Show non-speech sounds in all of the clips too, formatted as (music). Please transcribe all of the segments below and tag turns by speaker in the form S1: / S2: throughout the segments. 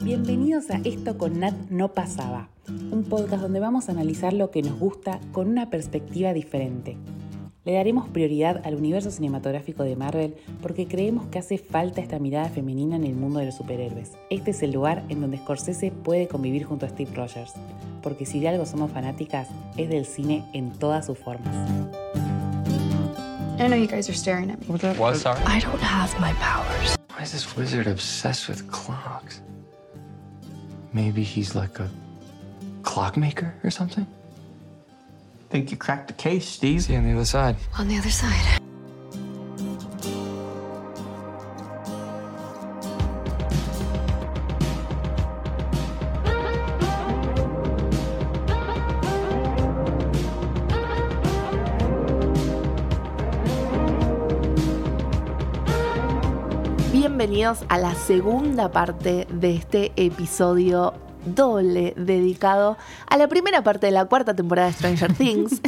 S1: Bienvenidos a Esto con Nat No Pasaba, un podcast donde vamos a analizar lo que nos gusta con una perspectiva diferente. Le daremos prioridad al universo cinematográfico de Marvel porque creemos que hace falta esta mirada femenina en el mundo de los superhéroes. Este es el lugar en donde Scorsese puede convivir junto a Steve Rogers, porque si de algo somos fanáticas es del cine en todas sus formas.
S2: I know you guys are staring at me.
S3: Was sorry.
S2: I don't have my powers.
S3: Why is this wizard obsessed with clocks? Maybe he's like a clockmaker or something.
S4: Think you cracked the case, Steve?
S3: See you on the other side.
S2: On the other side.
S5: Bienvenidos a la segunda parte de este episodio doble dedicado a la primera parte de la cuarta temporada de Stranger Things,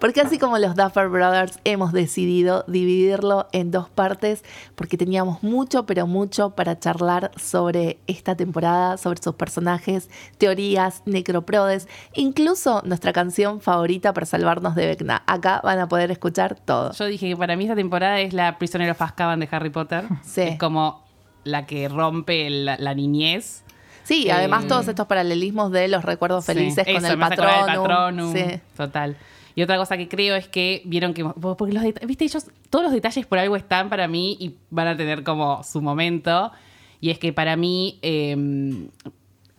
S5: porque así como los Duffer Brothers hemos decidido dividirlo en dos partes, porque teníamos mucho, pero mucho para charlar sobre esta temporada, sobre sus personajes, teorías, necroprodes, incluso nuestra canción favorita para salvarnos de Vecna. Acá van a poder escuchar todo.
S6: Yo dije que para mí esta temporada es la Prisoner of Azkaban de Harry Potter.
S5: (laughs) Sí.
S6: Es como la que rompe la, la niñez.
S5: Sí, y además todos estos paralelismo de los recuerdos felices
S6: Sí.
S5: con
S6: Eso,
S5: el
S6: me hace acordar del
S5: patrón.
S6: Patronum. Total. Y otra cosa que creo es que vieron que. Porque los deta- Viste, ellos. Todos los detalles por algo están para mí y van a tener como su momento. Y es que para mí. eh,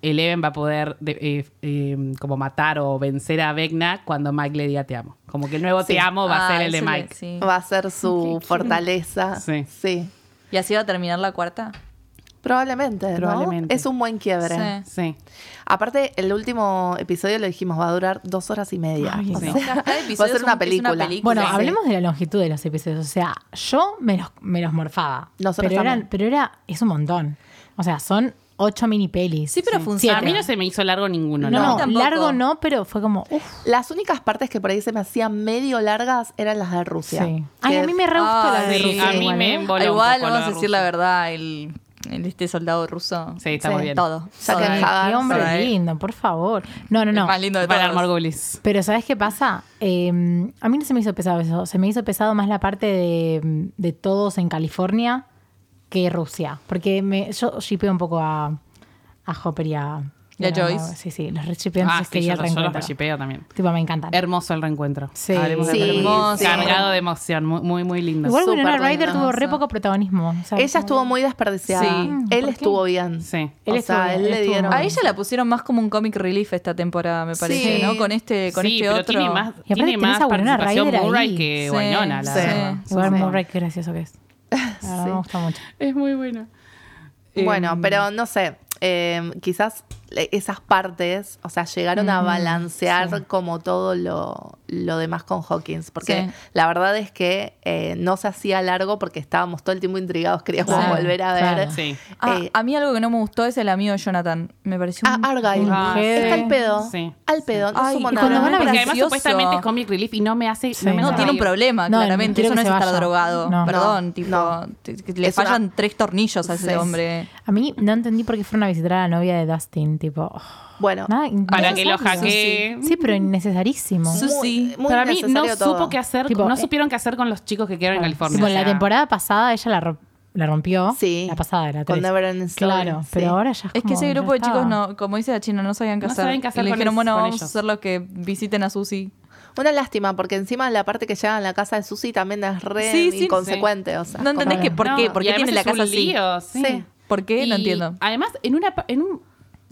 S6: Eleven va a poder de- eh, eh, como matar o vencer a Vecna cuando Mike le diga te amo. Como que el nuevo
S5: Sí.
S6: te amo va a
S7: Ah,
S6: ser el de
S7: eso le-
S6: Mike.
S7: sí.
S5: Va a ser su fortaleza.
S6: Sí.
S7: ¿Y así va a terminar la cuarta?
S5: Probablemente, ¿no?
S6: Probablemente.
S5: Es un buen quiebre.
S7: Sí.
S6: Sí.
S5: Aparte, el último episodio lo dijimos, va a durar dos horas y media.
S8: Ay,
S5: O
S8: sí.
S5: sea,
S7: Cada
S5: (laughs) va
S7: episodio
S5: a ser una
S7: es un- es una
S5: película.
S7: película.
S8: Bueno,
S7: Sí.
S8: hablemos de la longitud de los episodios. O sea, yo me los, me los morfaba.
S5: Nosotros
S8: pero,
S5: también.
S8: eran, pero era, es un montón. O sea, son ocho mini pelis.
S7: Sí, pero funciona.
S6: A mí no se me hizo largo ninguno. la
S8: No,
S7: a mí
S8: no,
S7: tampoco.
S8: largo no, pero fue como, uff.
S5: las únicas partes que por ahí se me hacían medio largas eran las de Rusia.
S8: Sí. Ay,
S5: Que-
S8: a mí me re gustó la de
S7: Ay, sí,
S8: Rusia
S7: a mí
S8: igual,
S6: me
S8: ¿eh?
S6: voló un
S7: Igual,
S6: poco lo
S7: vamos a
S6: de
S7: decir la verdad, el, el- este soldado ruso.
S6: Sí, está muy bien.
S7: Todo.
S5: Saquen
S7: Todo.
S5: Ay,
S8: Qué hombre
S7: Ay.
S8: lindo, por favor. No, no,
S7: El
S8: no.
S7: más lindo de
S6: Para
S7: todos.
S6: armar gulis.
S8: Pero ¿sabes qué pasa? Eh, a mí no se me hizo pesado eso. Se me hizo pesado más la parte de, de todos en California que Rusia. Porque me, yo shippeo un poco a, a Hopper y a...
S7: Y a
S8: y
S7: Joyce.
S8: Sí, sí, los reshipeo.
S6: Ah,
S8: entonces
S6: sí, yo,
S8: quería el
S6: yo los
S8: reencuentro.
S6: flashipeo también.
S8: Tipo, me encantan.
S6: Hermoso el reencuentro.
S8: Sí.
S6: Hablemos de
S5: Sí,
S6: reencuentro.
S7: sí.
S6: Cargado de emoción, muy, muy, muy lindo.
S8: Igual Winona
S5: Súper
S8: Ryder tuvo re
S7: hermoso.
S8: poco protagonismo. o sea,
S5: Ella
S8: como-
S5: estuvo muy desperdiciada.
S7: Sí.
S8: ¿Por
S5: Él
S8: qué?
S5: estuvo bien.
S6: Sí.
S8: Él
S5: o
S8: estuvo
S5: sea,
S8: bien,
S5: él
S8: él
S5: le
S8: estuvo
S5: dieron...
S8: muy
S7: A ella la pusieron más como un comic relief esta temporada, me parece,
S5: Sí.
S7: ¿no? Con este, con
S6: sí,
S7: este
S6: pero
S7: otro.
S6: tiene más,
S8: Y aparte
S6: tiene
S8: tenés
S6: más
S8: a Winona
S6: participación
S8: Ryder ahí.
S6: Murray que
S7: Sí,
S6: Winona, la
S7: sí.
S6: verdad.
S8: Igual
S7: Sí.
S8: Murray, qué gracioso que es. La verdad, me gusta mucho.
S6: Es muy buena.
S5: Bueno,
S8: Em,
S5: pero no sé, eh, quizás le- esas partes, o sea, llegaron a balancear como todo lo, lo demás con Hawkins, porque
S7: Sí.
S5: la verdad es que eh, no se hacía largo porque estábamos todo el tiempo intrigados, queríamos
S8: Claro,
S5: volver a ver.
S8: claro.
S6: Sí.
S7: Ah,
S5: Eh,
S7: a mí algo que no me gustó es el amigo de Jonathan. Me pareció
S5: Ah,
S7: un-
S5: Argyle.
S6: Ah,
S5: Está
S8: sí.
S5: al pedo.
S6: Sí.
S5: Al pedo, no
S7: Ay,
S5: sumo
S7: y
S5: nada.
S8: cuando van a
S6: Porque además
S7: gracioso.
S6: supuestamente es comic relief y no me hace...
S8: Sí.
S6: No, me
S7: No,
S6: hace
S7: tiene un
S6: reír.
S7: problema,
S8: No,
S7: claramente.
S8: quiero
S7: Eso
S8: que
S7: no es
S8: se
S7: estar
S8: vaya.
S7: drogado.
S8: No.
S7: Perdón,
S5: No,
S7: tipo,
S5: no.
S7: te- que le
S5: Es una-
S7: fallan tres tornillos a
S5: Sí.
S7: ese hombre.
S8: A mí no entendí por qué fueron a visitar a la novia de Dustin. Tipo, oh,
S5: Bueno,
S8: nada
S6: Para
S8: innecesario.
S6: que lo hackee.
S8: Sí, pero innecesarísimo.
S7: Sí. Susi.
S5: muy
S6: Para mí no
S5: innecesario todo.
S6: supo qué hacer,
S8: Tipo,
S6: no
S8: eh,
S6: supieron qué hacer con los chicos que quedaron en California.
S8: Tipo,
S6: o sea,
S8: la temporada pasada ella la, ro- la rompió.
S5: Sí.
S8: La pasada era
S5: Con Never Ending Story,
S8: Claro,
S5: sí.
S8: pero ahora ya
S7: Es
S8: es
S7: que
S8: como,
S7: ese
S8: ya
S7: grupo de
S8: está.
S7: chicos, no, como dice la china, no sabían qué
S6: No
S7: hacer.
S6: sabían qué hacer
S7: y le
S6: con
S7: dijeron,
S6: es-
S7: bueno,
S6: con
S7: vamos a
S6: ellos".
S7: hacer los que visiten a Susi.
S5: Una lástima, porque encima la parte que llegan a la casa de Susi también es re
S7: Sí, sí.
S5: inconsecuente. O sea,
S7: No entendés
S5: como-
S7: que por qué,
S6: No,
S7: por
S6: y
S7: qué
S6: además
S7: tiene la
S6: es un
S7: casa así.
S6: lío, sí.
S5: Sí.
S7: ¿Por qué? No
S6: Y
S7: entiendo.
S6: Además, en una pa- en un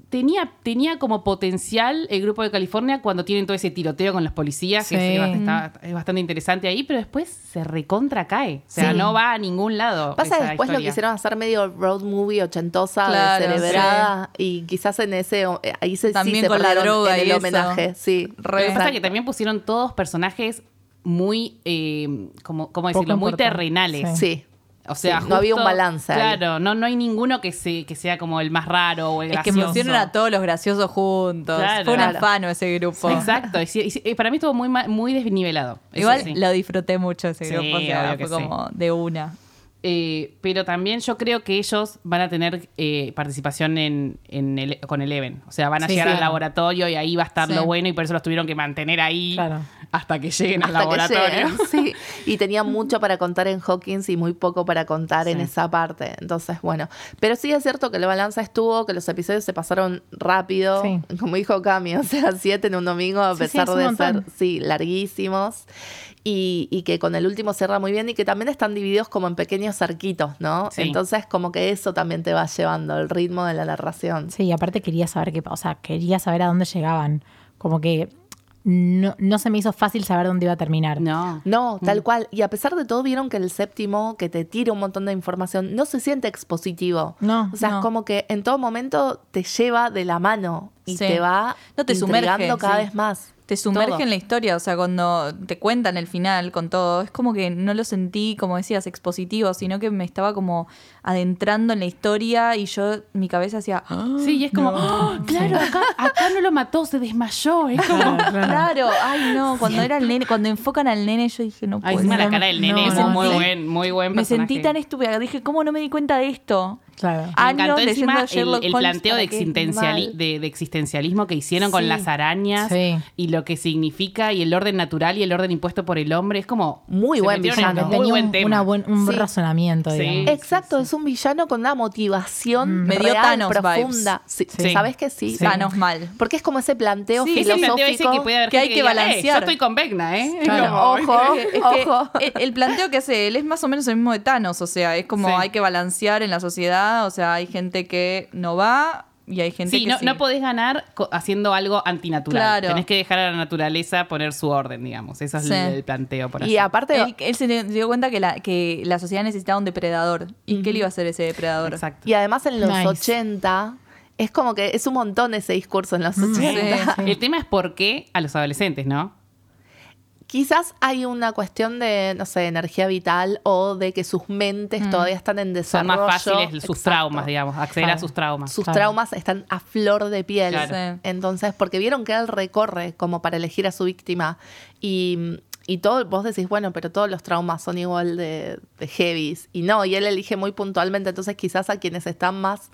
S6: tenía tenía como potencial el grupo de California cuando tienen todo ese tiroteo con los policías, que
S8: Sí.
S6: es, está-
S5: Mm.
S6: es bastante interesante ahí, pero después se recontra cae. O sea,
S8: Sí.
S6: no va a ningún lado.
S5: Pasa
S6: esa
S5: después lo
S6: historia.
S5: que hicieron hacer medio road movie ochentosa,
S7: Claro,
S5: celebrada, y quizás en ese, eh, ahí se, sí
S7: También
S5: se
S7: con la
S5: perdieron
S7: droga
S5: en el
S7: y eso.
S5: homenaje. Sí,
S6: Lo
S7: Re.
S6: que pasa es que
S5: Exacto.
S6: también pusieron todos personajes muy, eh, como, ¿cómo
S8: Poco
S6: decirlo? Muy
S8: importante.
S6: terrenales.
S5: Sí,
S6: O sea,
S5: Sí, no había un
S6: justo-
S5: balance ahí.
S6: Claro, no, no hay ninguno que, se, que sea como el más raro o el
S7: Es que
S6: gracioso.
S7: pusieron a todos los graciosos juntos.
S6: Claro.
S7: Fue un
S6: Claro.
S7: afano ese grupo.
S6: Exacto. y sí- y sí- y para mí estuvo muy, ma- muy desnivelado. Eso
S7: Igual
S6: sí.
S7: lo disfruté mucho ese
S6: Sí,
S7: grupo. o sea,
S6: obvio que
S7: fue
S6: sí.
S7: como de una.
S6: Eh, pero también yo creo que ellos van a tener eh, participación en, en el- con Eleven. O sea, van a
S8: Sí,
S6: llegar
S8: sí.
S6: al laboratorio y ahí va a estar
S7: Sí.
S6: lo bueno y por eso los tuvieron que mantener ahí
S8: Claro.
S6: hasta que lleguen al
S5: Hasta que
S6: laboratorio.
S5: lleguen, sí. Y tenía mucho para contar en Hawkins y muy poco para contar en esa parte. Entonces, bueno. Pero sí es cierto que la balanza estuvo, que los episodios se pasaron rápido.
S8: Sí.
S5: Como dijo Cami, (laughs) o sea, siete en un domingo, a
S8: Sí, sí,
S5: pesar
S8: es un
S5: de ser
S8: montón.
S5: sí, larguísimos. Y, y que con el último cierra muy bien y que también están divididos como en pequeños arquitos, ¿no?
S6: Sí.
S5: Entonces, como que eso también te va llevando el ritmo de la narración.
S8: Sí, y aparte quería saber qué, pa- o sea, quería saber a dónde llegaban. Como que no, no se me hizo fácil saber dónde iba a terminar.
S6: (laughs) No.
S5: No, tal cual. Y a pesar de todo, vieron que el séptimo, que te tira un montón de información, no se siente expositivo.
S8: No,
S5: O sea,
S7: no.
S5: es como que en todo momento te lleva de la mano y
S7: Sí.
S5: te va
S7: No, te sumerge,
S5: intrigando cada
S7: sí.
S5: vez más.
S7: Te sumerge
S5: Todo.
S7: en la historia, o sea, cuando te cuentan el final con todo, es como que no lo sentí, como decías, expositivo, sino que me estaba como adentrando en la historia y yo, mi cabeza hacía, "Ah,
S6: Sí, y es como,
S8: No.
S6: "Ah, claro, acá, acá no lo mató, se desmayó. Es como,
S8: Claro, claro.
S7: claro, ay no, cuando era el nene, cuando enfocan al nene, yo dije, pues no
S6: Ay,
S7: puedo.
S6: encima la cara del nene
S8: No,
S6: es
S8: no,
S6: un muy
S8: sí.
S6: buen, muy buen
S7: me
S6: personaje.
S7: sentí tan estúpida, dije, ¿cómo no me di cuenta de esto?
S8: Claro.
S6: Me encantó
S7: Años leyendo
S6: encima
S7: a Sherlock
S6: el, el
S7: Holmes
S6: planteo de,
S7: para que-
S6: existenciali-
S7: mal.
S6: de, de existencialismo que hicieron
S7: Sí.
S6: con las arañas
S8: Sí.
S6: y lo que significa y el orden natural y el orden impuesto por el hombre. Es como.
S5: Muy
S6: se
S5: buen
S6: metieron en
S5: villano.
S6: un
S8: Tenía
S6: Muy buen
S8: un,
S6: tema.
S8: una buen- un
S5: Sí.
S8: razonamiento,
S6: Sí.
S8: digamos.
S5: Exacto, es un villano con una motivación
S7: Mm. Me dio
S5: real,
S7: Thanos
S5: profunda. Sí,
S6: Sí.
S5: ¿Sabes que sí?
S8: Sí.
S7: Thanos mal.
S5: Porque es como ese planteo
S7: Sí,
S6: Ese planteo ese
S5: filosófico.
S6: que
S5: (laughs)
S6: puede haber
S7: que hay
S6: gente
S7: que
S6: diga, "Eh,
S7: balancear".
S6: yo estoy con Vegna, ¿eh? Es como,
S5: Claro. Ojo,
S7: Es que- es
S5: (laughs)
S7: que
S5: ojo.
S7: el- el planteo que hace él es más o menos el mismo de Thanos, o sea, es como
S6: Sí.
S7: hay que balancear en la sociedad, o sea, hay gente que no va y hay gente
S6: Sí,
S7: que
S6: no,
S7: sí.
S6: no podés ganar co- haciendo algo antinatural.
S7: Claro.
S6: Tenés que dejar a la naturaleza poner su orden, digamos. Eso es
S7: Sí.
S6: el, el planteo, por así
S5: Y aparte,
S7: Él, él se dio cuenta que la, que la sociedad necesitaba un depredador. ¿Y qué le iba a hacer ese depredador?
S6: Exacto.
S5: y además en los
S8: Nice.
S5: 80, es como que es un montón ese discurso en los
S7: Mm. Sí.
S5: 80.
S6: (laughs) El tema es por qué a los adolescentes, ¿no?
S5: Quizás hay una cuestión de, no sé, energía vital o de que sus mentes todavía están en
S6: Mm. Son
S5: desarrollo.
S6: más fáciles sus
S5: Exacto.
S6: traumas, digamos, acceder a
S8: Claro.
S6: sus traumas.
S5: Sus
S8: Claro.
S5: traumas están a flor de piel.
S6: Claro.
S7: Sí.
S5: Entonces, porque vieron que él recorre como para elegir a su víctima. Y, y todo, vos decís, bueno, pero todos los traumas son igual de, de heavies. Y no, y él elige muy puntualmente. Entonces, quizás a quienes están más,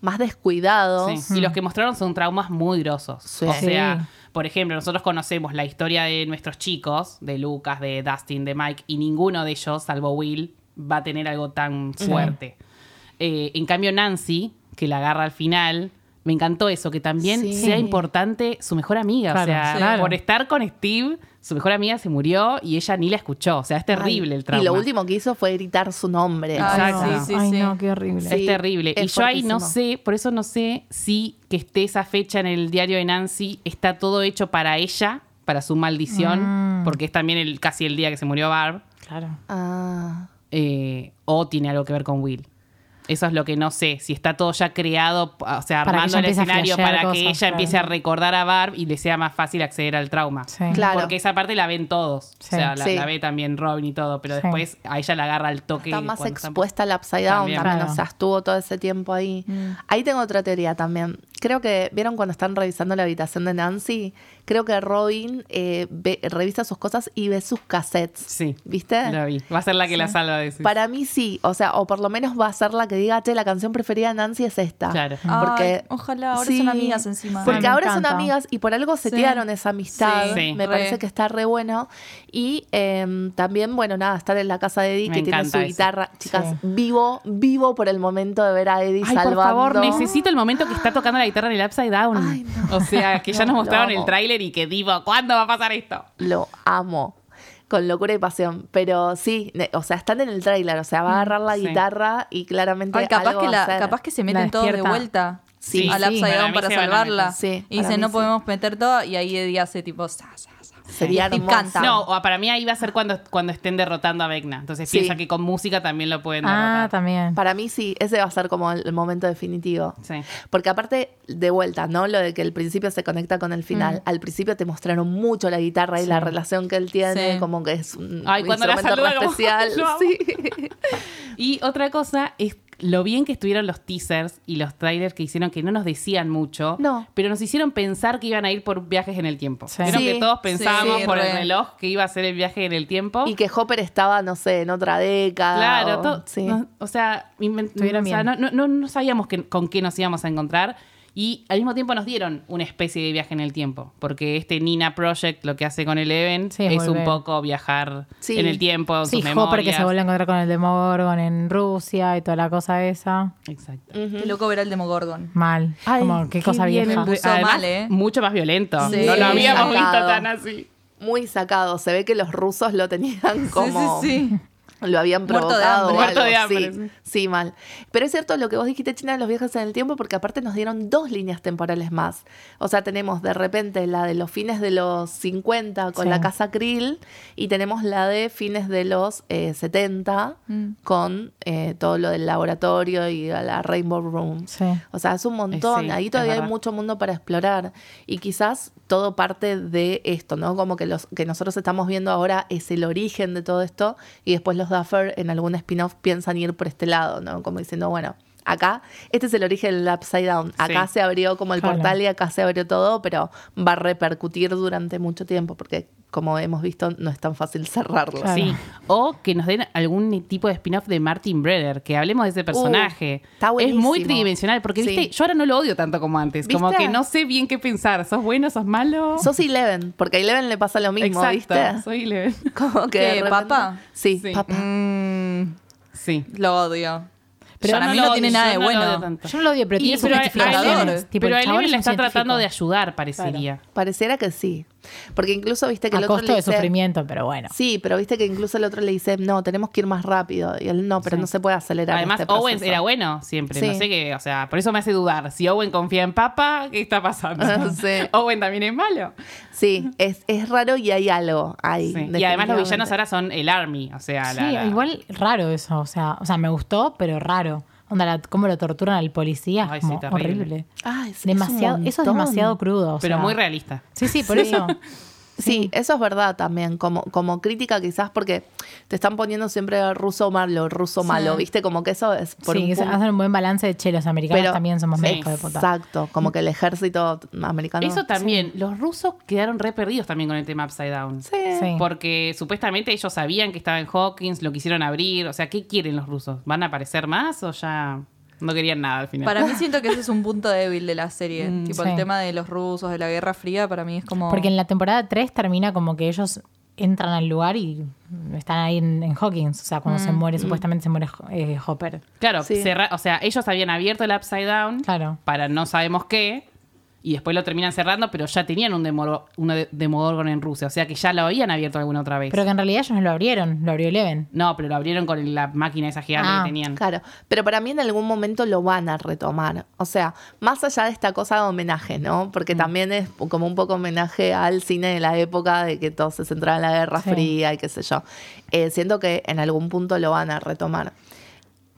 S5: más descuidados.
S6: Sí. Y los que mostraron son traumas muy grosos.
S5: Sí.
S6: O
S5: Mm. Sí.
S6: sea, por ejemplo, nosotros conocemos la historia de nuestros chicos, de Lucas, de Dustin, de Mike, y ninguno de ellos, salvo Will, va a tener algo tan fuerte. Eh, en cambio, Nancy, que la agarra al final, me encantó eso, que también
S5: Sí.
S6: sea importante su mejor amiga. o
S8: Claro,
S6: sea,
S8: sí. Claro.
S6: por estar con Steve, su mejor amiga se murió y ella ni la escuchó. O sea, es terrible
S5: Ay,
S6: el trauma.
S5: Y lo último que hizo fue gritar su nombre.
S7: Ay,
S6: Exacto.
S8: Ay,
S7: sí, sí,
S8: ay,
S7: sí.
S8: no, qué horrible.
S5: Sí.
S6: Es terrible.
S5: es
S6: y yo ahí no
S5: fuertísimo.
S6: sé, por eso no sé si que esté esa fecha en el diario de Nancy está todo hecho para ella, para su
S8: Mm.
S6: maldición, porque es también el, casi el día que se murió Barb,
S8: Claro.
S5: Ah.
S6: eh, o tiene algo que ver con Will. Eso es lo que no sé, si está todo ya creado, o sea,
S8: Para que
S6: armando
S8: ella
S6: el
S8: empiece a
S6: escenario
S8: flashear
S6: para que
S8: cosas,
S6: ella
S8: claro.
S6: empiece a recordar a Barb y le sea más fácil acceder al trauma.
S8: Sí.
S5: Claro.
S6: Porque esa parte la ven todos.
S8: Sí.
S6: O sea, la,
S5: Sí.
S6: la ve también Robin y todo, pero
S8: Sí.
S6: después a ella la agarra el toque.
S5: Está más
S6: cuando está-
S5: expuesta al upside down
S6: También.
S5: también,
S8: Claro.
S5: o sea, estuvo todo ese tiempo ahí. Ahí tengo otra teoría también. Creo que, ¿vieron cuando están revisando la habitación de Nancy? Creo que Robin eh, ve- revisa sus cosas y ve sus cassettes.
S6: Sí.
S5: ¿Viste?
S6: La vi. Va a ser la que la salva de ese-
S5: Para mí sí, o sea, o por lo menos va a ser la que diga, che, la canción preferida de Nancy es esta.
S6: Claro.
S7: Ay,
S5: Porque,
S7: ojalá, ahora son amigas encima.
S5: Porque
S8: Ay, me
S5: ahora son
S8: encanta.
S5: amigas y por algo se
S7: Sí.
S5: quedaron esa amistad.
S6: Ah, Sí. Sí.
S5: Me
S7: Re.
S5: parece que está re bueno. Y eh, también, bueno, nada, estar en la casa de Eddie
S6: Me
S5: que tiene
S6: encanta
S5: su
S6: eso.
S5: guitarra. Chicas,
S8: Sí.
S5: vivo, vivo por el momento de ver a Eddie
S6: Ay,
S5: salvando.
S6: por favor, necesito el momento que está tocando la guitarra en el Upside Down.
S5: Ay, no.
S6: O sea, que ya
S5: No,
S6: nos
S5: lo
S6: mostraron
S5: amo.
S6: el tráiler y que digo, ¿cuándo va a pasar esto?
S5: Lo amo. Con locura y pasión. Pero sí, ne- o sea, están en el tráiler. O sea, va a agarrar la
S6: Sí.
S5: guitarra y claramente
S7: Ay, capaz,
S5: algo
S7: que
S5: va
S7: la-
S5: a hacer.
S7: capaz que se
S8: La
S7: meten todos de
S8: despierta.
S7: vuelta
S6: Sí,
S7: al
S6: sí.
S7: Upside
S6: Para
S7: Down
S6: mí
S7: para
S6: se van a
S7: salvarla.
S5: meter. Sí,
S7: y
S5: para
S7: dicen,
S5: mí
S7: no
S5: sí.
S7: podemos meter todo. Y ahí Eddie hace tipo, sa, sa, sa.
S5: Sería
S7: Y
S5: hermoso.
S7: canta.
S6: No, o para mí ahí va a ser cuando, cuando estén derrotando a Vecna. Entonces
S5: Sí.
S6: piensa que con música también lo pueden derrotar.
S8: Ah, también.
S5: Para mí sí, ese va a ser como el, el momento definitivo.
S6: Sí.
S5: Porque aparte, de vuelta, ¿no? Lo de que el principio se conecta con el final.
S6: Mm.
S5: Al principio te mostraron mucho la guitarra y la relación que él tiene,
S7: Sí.
S5: como que es un
S6: Ay, cuando la (laughs)
S5: instrumento
S6: saluda
S5: re
S6: como-
S5: especial.
S6: Lo amo.
S5: Sí.
S6: Y otra cosa es lo bien que estuvieron los teasers y los trailers que hicieron, que no nos decían mucho,
S5: No.
S6: pero nos hicieron pensar que iban a ir por viajes en el tiempo.
S8: Sí.
S6: Vieron
S5: Sí,
S6: que todos pensábamos
S7: sí,
S6: por el
S7: re.
S6: reloj que iba a ser el viaje en el tiempo.
S5: Y que Hopper estaba, no sé, en otra década.
S6: Oh. Claro,
S5: o-
S6: todo-
S5: sí.
S6: no- o sea, inven-
S8: Ah, Estuvieron
S6: o sea,
S8: bien.
S6: no, no- no sabíamos que- con qué nos íbamos a encontrar y al mismo tiempo nos dieron una especie de viaje en el tiempo, porque este Nina Project lo que hace con Eleven
S8: Sí,
S6: es
S8: volver.
S6: un poco viajar
S5: Sí.
S6: en el tiempo, en
S8: Sí,
S6: sus
S8: Hopper que
S6: memorias.
S8: se vuelve a encontrar con el Demogorgon en Rusia y toda la cosa esa.
S6: Exacto.
S7: Qué loco ver al Demogorgon.
S8: Mal.
S6: Ay,
S8: Como qué,
S6: qué
S8: cosa
S6: bien
S8: vieja.
S7: el buzo
S6: Además,
S7: mal, ¿eh?
S6: mucho más violento.
S7: Sí.
S6: No lo habíamos
S5: Sacado.
S6: visto tan así.
S5: Muy sacado. Se ve que los rusos lo tenían como.
S7: Sí, sí, sí.
S5: Lo habían
S7: Muerto de
S5: provocado.
S7: hambre.
S5: o
S6: Muerto de
S5: algo,
S6: hambre,
S5: sí. Sí, mal. Pero es cierto lo que vos dijiste, China, de los viajes en el tiempo, porque aparte nos dieron dos líneas temporales más. O sea, tenemos de repente la de los fines de los 50 con
S8: Sí.
S5: la casa Krill y tenemos la de fines de los eh, 70
S6: Mm.
S5: con eh, todo lo del laboratorio y la Rainbow Room.
S8: Sí.
S5: O sea, es un
S6: Eh,
S5: montón.
S6: sí,
S5: Ahí
S6: es
S5: todavía hay
S6: verdad.
S5: mucho mundo para explorar. Y quizás todo parte de esto, ¿no? Como que los que nosotros estamos viendo ahora es el origen de todo esto. Y después los Duffer en algún spin-off piensan ir por este lado, ¿no? Como diciendo, bueno, acá, este es el origen del Upside Down. Acá
S6: Sí.
S5: se abrió como el
S8: Claro.
S5: portal y acá se abrió todo, pero va a repercutir durante mucho tiempo. Porque, como hemos visto, no es tan fácil cerrarlo.
S8: Claro.
S6: Sí. O que nos den algún tipo de spin-off de Martin Breder, que hablemos de ese personaje.
S5: está
S6: es
S5: buenísimo.
S6: muy tridimensional, porque
S5: Sí.
S6: viste, yo ahora no lo odio tanto como antes. Como
S5: ¿Viste?
S6: que no sé bien qué pensar. ¿Sos bueno, sos malo?
S5: Sos Eleven, porque a Eleven le pasa lo mismo,
S6: Exacto,
S5: ¿viste?
S6: soy Eleven.
S5: Como que
S7: ¿Qué,
S5: de repente-
S7: papá?
S5: Sí,
S6: Sí.
S5: papá.
S7: Mm,
S6: Sí.
S7: lo odio.
S8: Pero
S7: Para
S8: no
S7: mí
S8: lo
S7: no
S8: odio,
S7: tiene
S6: yo
S7: nada de
S6: no lo odio
S7: bueno.
S6: tanto.
S8: Yo no lo odio, pero
S6: Y-
S8: tiene sus
S6: pero a- a
S8: justificaciones.
S6: Eleven-
S8: Tipo, el
S6: pero a
S8: chabón
S6: Eleven
S8: es
S6: la
S8: un
S6: está
S8: científico.
S6: tratando de ayudar, parecería.
S5: Pareciera que sí. Porque incluso viste que el
S8: a
S5: otro
S8: costo
S5: le
S8: de
S5: dice,
S8: sufrimiento, pero bueno.
S5: Sí, pero viste que incluso el otro le dice, no, tenemos que ir más rápido. Y él, no, pero
S6: Sí.
S5: no se puede acelerar.
S6: Además,
S5: este proceso".
S6: Owens era bueno siempre. No
S5: Sí.
S6: sé qué, o sea, por eso me hace dudar. Si Owen confía en Papa, ¿qué está pasando?
S5: Sí.
S6: Owen también es malo.
S5: Sí, es, es raro y hay algo ahí.
S6: Sí. Y además los
S5: definitivamente.
S6: villanos ahora son el Army, o sea, la-
S8: Sí,
S6: la-
S8: igual raro eso. O sea, o sea, me gustó, pero raro. Onda, la- cómo lo torturan al policía.
S6: Ay,
S8: es como
S6: sí, terrible.
S8: horrible.
S5: Ay, sí, es un
S8: Demasiado, eso es
S5: montón.
S8: demasiado crudo. o
S6: pero
S8: sea.
S6: muy realista.
S8: Sí, sí, por eso.
S5: Sí, eso es verdad también, como, como crítica quizás porque te están poniendo siempre ruso malo, ruso malo, ¿viste? Como que eso es por
S8: sí,
S5: un
S8: que se-
S5: punto-
S8: hacen un buen balance de che, los americanos
S5: Pero-
S8: también somos
S6: Sí.
S8: medio hijos de puta. Mm.
S5: Exacto, como que el ejército americano...
S6: Eso también, los rusos quedaron re perdidos también con el tema Upside Down.
S5: Sí.
S8: Sí.
S6: Porque supuestamente ellos sabían que estaba en Hawkins, lo quisieron abrir. O sea, ¿qué quieren los rusos? ¿Van a aparecer más o ya no querían nada al final?
S7: Para mí siento que ese es un punto débil de la serie. tipo
S8: sí.
S7: el tema de los rusos, de la Guerra Fría, para mí es como...
S8: Porque en la temporada 3 termina como que ellos entran al lugar y están ahí en, en Hawkins. O sea, cuando se muere, supuestamente se muere eh, Hopper.
S6: Claro,
S5: Sí.
S6: cerra- o sea, ellos habían abierto el Upside Down
S8: Claro.
S6: para no sabemos qué. Y después lo terminan cerrando, pero ya tenían un demoro- uno de- Demogorgon en Rusia. O sea que ya lo habían abierto alguna otra vez.
S8: Pero que en realidad ellos no lo abrieron, lo abrió Eleven.
S6: No, pero lo abrieron con la máquina esa gigante
S8: Ah,
S6: que tenían.
S5: Claro, pero para mí en algún momento lo van a retomar. O sea, más allá de esta cosa de homenaje, ¿no?
S8: Mm.
S5: Porque también es como un poco homenaje al cine de la época de que todo se centraba en la Guerra
S8: Sí.
S5: Fría y qué sé yo. Eh, siento que en algún punto lo van a retomar.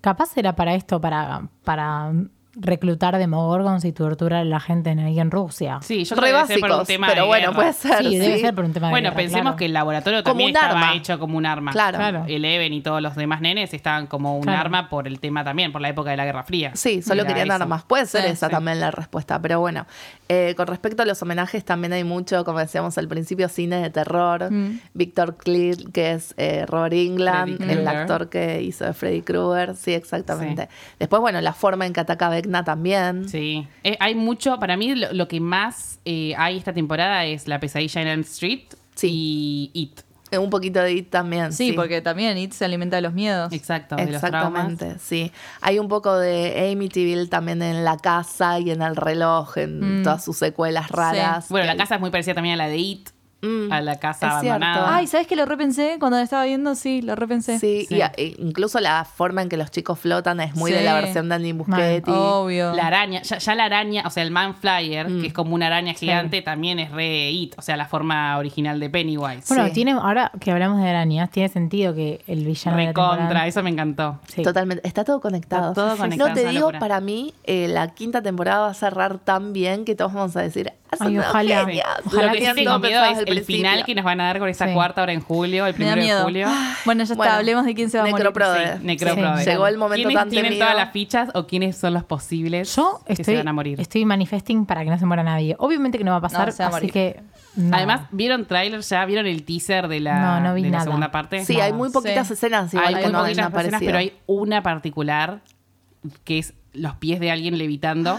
S8: Capaz era para esto, para, para reclutar demogorgons y torturar a la gente en- ahí en Rusia.
S6: Sí, yo
S5: Re
S6: creo que debe ser por un
S5: básicos,
S6: tema
S5: pero
S6: de
S5: bueno,
S6: guerra.
S5: puede ser.
S8: Sí, debe
S5: sí.
S8: ser por un tema de
S6: Bueno,
S8: guerra,
S6: pensemos
S8: claro.
S6: que el laboratorio
S5: Como
S6: también
S5: un
S6: estaba
S5: arma.
S6: hecho como un arma.
S5: Claro.
S8: Claro.
S6: Eleven y todos los demás nenes estaban como un
S8: Claro.
S6: arma por el tema también, por la época de la Guerra Fría.
S5: Sí, solo
S6: Era
S5: querían
S6: eso.
S5: dar más. Puede ser
S6: Sí,
S5: esa
S6: sí.
S5: también la respuesta, pero bueno. Eh, con respecto a los homenajes, también hay mucho, como decíamos al principio, cine de terror. Víctor Clear, que es eh, Robert England,
S6: Mm. Freddy
S5: el
S6: Krueger.
S5: actor que hizo de Freddy Krueger. Sí, exactamente. Después, bueno, la forma en que ataca Vecna también.
S6: Sí. Eh, hay mucho, para mí lo, lo que más eh, hay esta temporada es La pesadilla en Elm Street
S5: Sí.
S6: y It.
S5: Eh, Un poquito de It también.
S7: Sí, porque también It se alimenta de los miedos.
S6: Exacto, de los traumas.
S5: Exactamente, sí. Hay un poco de Amityville también en la casa y en el reloj, en todas sus secuelas raras.
S6: Mm. Bueno, la casa es muy parecida también a la de It,
S5: Mm,
S6: a la casa
S5: es cierto.
S6: abandonada.
S7: Ay, ¿sabes que lo repensé? Cuando lo estaba viendo, sí, lo repensé.
S5: Sí, y a- e incluso la forma en que los chicos flotan es muy de
S7: Sí.
S5: la versión de Andy Muschietti.
S7: Obvio.
S6: La araña, ya, ya la araña, o sea, el man flyer,
S8: Mm.
S6: que es como una araña gigante, también es re it, o sea, la forma original de Pennywise.
S8: Bueno,
S5: Sí.
S8: tiene, ahora que hablamos de arañas, tiene sentido que el villano de la
S6: Recontra,
S8: temporada-
S6: eso me encantó.
S8: Sí.
S5: Totalmente, está todo conectado.
S6: Está todo conectado,
S5: No
S6: es
S5: te
S6: una
S5: digo,
S6: locura.
S5: para mí eh, la quinta temporada va a cerrar tan bien que todos vamos a decir,
S9: Son
S8: Ay,
S9: unos
S8: ojalá.
S9: genios.
S8: Ojalá
S6: Lo
S8: que
S6: que sí
S8: sí
S6: tengo miedo
S9: conversabas
S6: es
S9: al
S6: el
S9: principio.
S6: final que nos van a dar con esa
S8: Sí.
S6: cuarta hora en julio, el
S7: Me da
S6: primero de
S7: miedo. Ah,
S6: julio.
S7: (laughs) Bueno, ya está,
S5: Bueno,
S7: hablemos de quién se va a morir.
S5: Necroprode.
S6: Sí, Necroprode.
S8: Sí, llegó
S5: el momento
S6: ¿Quiénes
S5: tan
S6: tienen
S5: temido?
S6: todas las fichas o quiénes son los posibles
S8: Yo
S6: que
S8: estoy,
S6: se van a morir?
S8: estoy manifesting para que no se muera nadie. Obviamente que no va a pasar,
S7: No, se va a
S8: así
S7: morir.
S8: que. no.
S6: Además, ¿vieron tráiler ya? ¿Vieron el teaser de la,
S8: No, no vi
S6: de la
S8: nada.
S6: segunda parte?
S5: Sí,
S8: Nada.
S5: hay muy poquitas
S7: Sí.
S5: escenas
S6: hay
S5: igual
S6: muy
S5: que no
S6: poquitas
S5: hayan
S6: personas,
S5: aparecido.
S6: pero hay una particular que es los pies de alguien levitando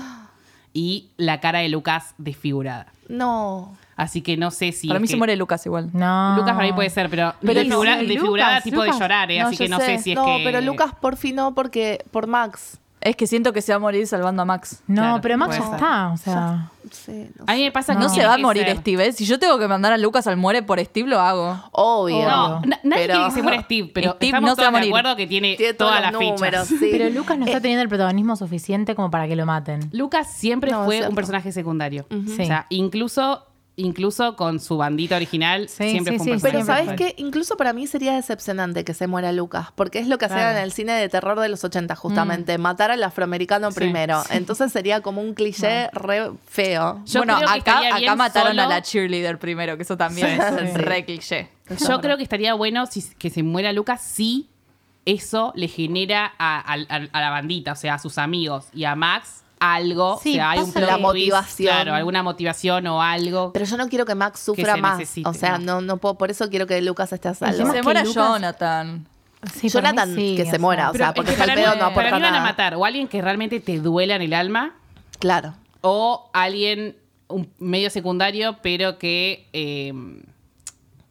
S6: y la cara de Lucas desfigurada.
S5: No.
S6: Así que no sé si.
S7: Para
S6: es
S7: mí
S6: que-
S7: se muere Lucas igual.
S8: No.
S6: Lucas para mí puede ser, pero,
S8: Ah. Pero
S6: desfigura-
S8: no, Lucas,
S6: desfigurada tipo
S8: Lucas.
S6: de llorar, eh,
S7: No,
S6: así
S7: yo
S6: que no sé.
S7: sé.
S6: si es
S5: no,
S6: que.
S5: pero Lucas por fin no, porque por Max.
S7: Es que siento que se va a morir salvando a Max.
S8: No,
S6: Claro,
S8: pero Max ya
S6: puede ser.
S8: está. O sea.
S5: Sí, no
S6: A mí
S5: sé.
S6: me pasa que
S7: No, se
S6: tiene
S7: va a
S6: que
S7: morir
S6: ser.
S7: Steve, ¿eh? Si yo tengo que mandar a Lucas al muere por Steve, lo hago.
S5: Obvio.
S6: No, na- nadie
S5: Pero-
S6: quiere que se muera Steve, pero
S7: Steve
S6: estamos
S7: no se va a
S6: todos de
S7: morir.
S6: acuerdo que tiene,
S5: Tiene todos
S6: todas
S5: los
S6: las
S5: números,
S6: (laughs) fichas.
S5: sí.
S8: Pero Lucas
S5: Eh,
S8: no está teniendo el protagonismo suficiente como para que lo maten.
S6: Lucas siempre
S5: No,
S6: fue
S5: cierto.
S6: un personaje secundario.
S8: Sí.
S6: O sea, incluso, incluso con su bandita original,
S8: Sí,
S6: siempre
S8: sí,
S6: fue un
S8: sí,
S6: personaje
S5: Pero
S8: Siempre
S5: sabes
S8: fue.
S5: que incluso para mí sería decepcionante que se muera Lucas, porque es lo que hacían
S8: Claro.
S5: en el cine de terror de los 80 justamente, matar al afroamericano
S6: Mm. Sí,
S5: primero. Entonces sería como un cliché re feo.
S6: Yo
S7: bueno,
S6: creo que
S7: acá,
S6: estaría bien
S7: acá mataron
S6: solo.
S7: a la cheerleader primero, que eso también
S6: Sí,
S7: es
S5: sí.
S7: re cliché.
S6: Yo creo que estaría bueno si, que se muera Lucas si eso le genera a, a- a- a la bandita, o sea, a sus amigos y a Max algo.
S8: Sí,
S6: o sea, hay un
S8: pasa
S6: plot
S5: la
S6: twist,
S5: motivación.
S6: Claro, alguna motivación o algo.
S5: Pero yo no quiero que Max
S6: Que
S5: sufra
S6: se
S5: más.
S6: necesite,
S5: o sea,
S6: no.
S5: no. No, puedo, por eso quiero que Lucas esté a
S8: El tema
S5: salvo.
S8: es
S7: se
S8: que
S7: muera
S8: Lucas-
S7: Jonathan.
S8: Sí, para mí
S5: Jonathan,
S8: sí,
S5: que se muera, o sea,
S6: Pero
S5: porque
S6: es que
S5: el
S6: para mí-
S5: pedo no
S6: para
S5: aporta
S6: mí van a
S5: nada.
S6: matar o alguien que realmente te duela en el alma
S5: Claro.
S6: o alguien un medio secundario pero que eh,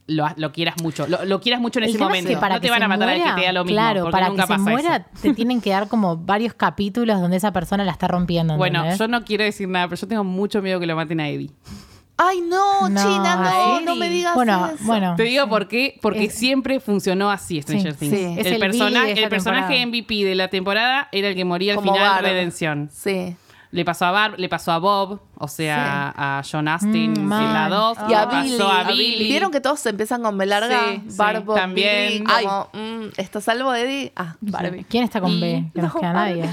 S6: lo, lo quieras mucho lo, lo quieras mucho en
S8: El
S6: ese
S8: tema es
S6: momento
S8: que para
S6: no
S8: que
S6: te van
S8: se
S6: a matar al
S8: muera,
S6: que te da lo mismo
S8: Claro,
S6: porque
S8: para
S6: nunca
S8: que se
S6: pasa
S8: muera
S6: eso.
S8: te tienen que dar como varios capítulos donde esa persona la está rompiendo.
S6: bueno
S8: ¿entendés?
S6: yo no quiero decir nada pero yo tengo mucho miedo que lo maten a Eddie
S5: Ay, no,
S8: No,
S5: China, no,
S8: sí.
S5: no me digas
S8: Bueno,
S5: eso.
S8: bueno.
S6: te digo por qué porque
S8: Es-
S6: siempre funcionó así Stranger
S8: Ah, Sí,
S6: Things
S5: sí.
S8: Es
S6: el,
S8: el
S6: persona-
S8: Billy de esta
S6: el personaje
S8: temporada.
S6: MVP de la temporada era el que moría al
S5: Como
S6: final
S5: Barb.
S6: redención
S5: Sí.
S6: Le pasó a Barb, le pasó a Bob, o sea, a John Astin
S8: Mm,
S6: en
S8: mal.
S6: la 2,
S5: Y a
S6: le
S5: Billy.
S6: pasó a Billy.
S5: ¿Vieron que todos se empiezan con B larga?
S6: Sí, sí,
S5: Barbo,
S6: también.
S5: Billy, como, mm, ¿está salvo Eddie? Ah,
S7: Barbie.
S8: ¿Quién está con
S6: Y-
S8: (laughs) B? Que nos queda nadie.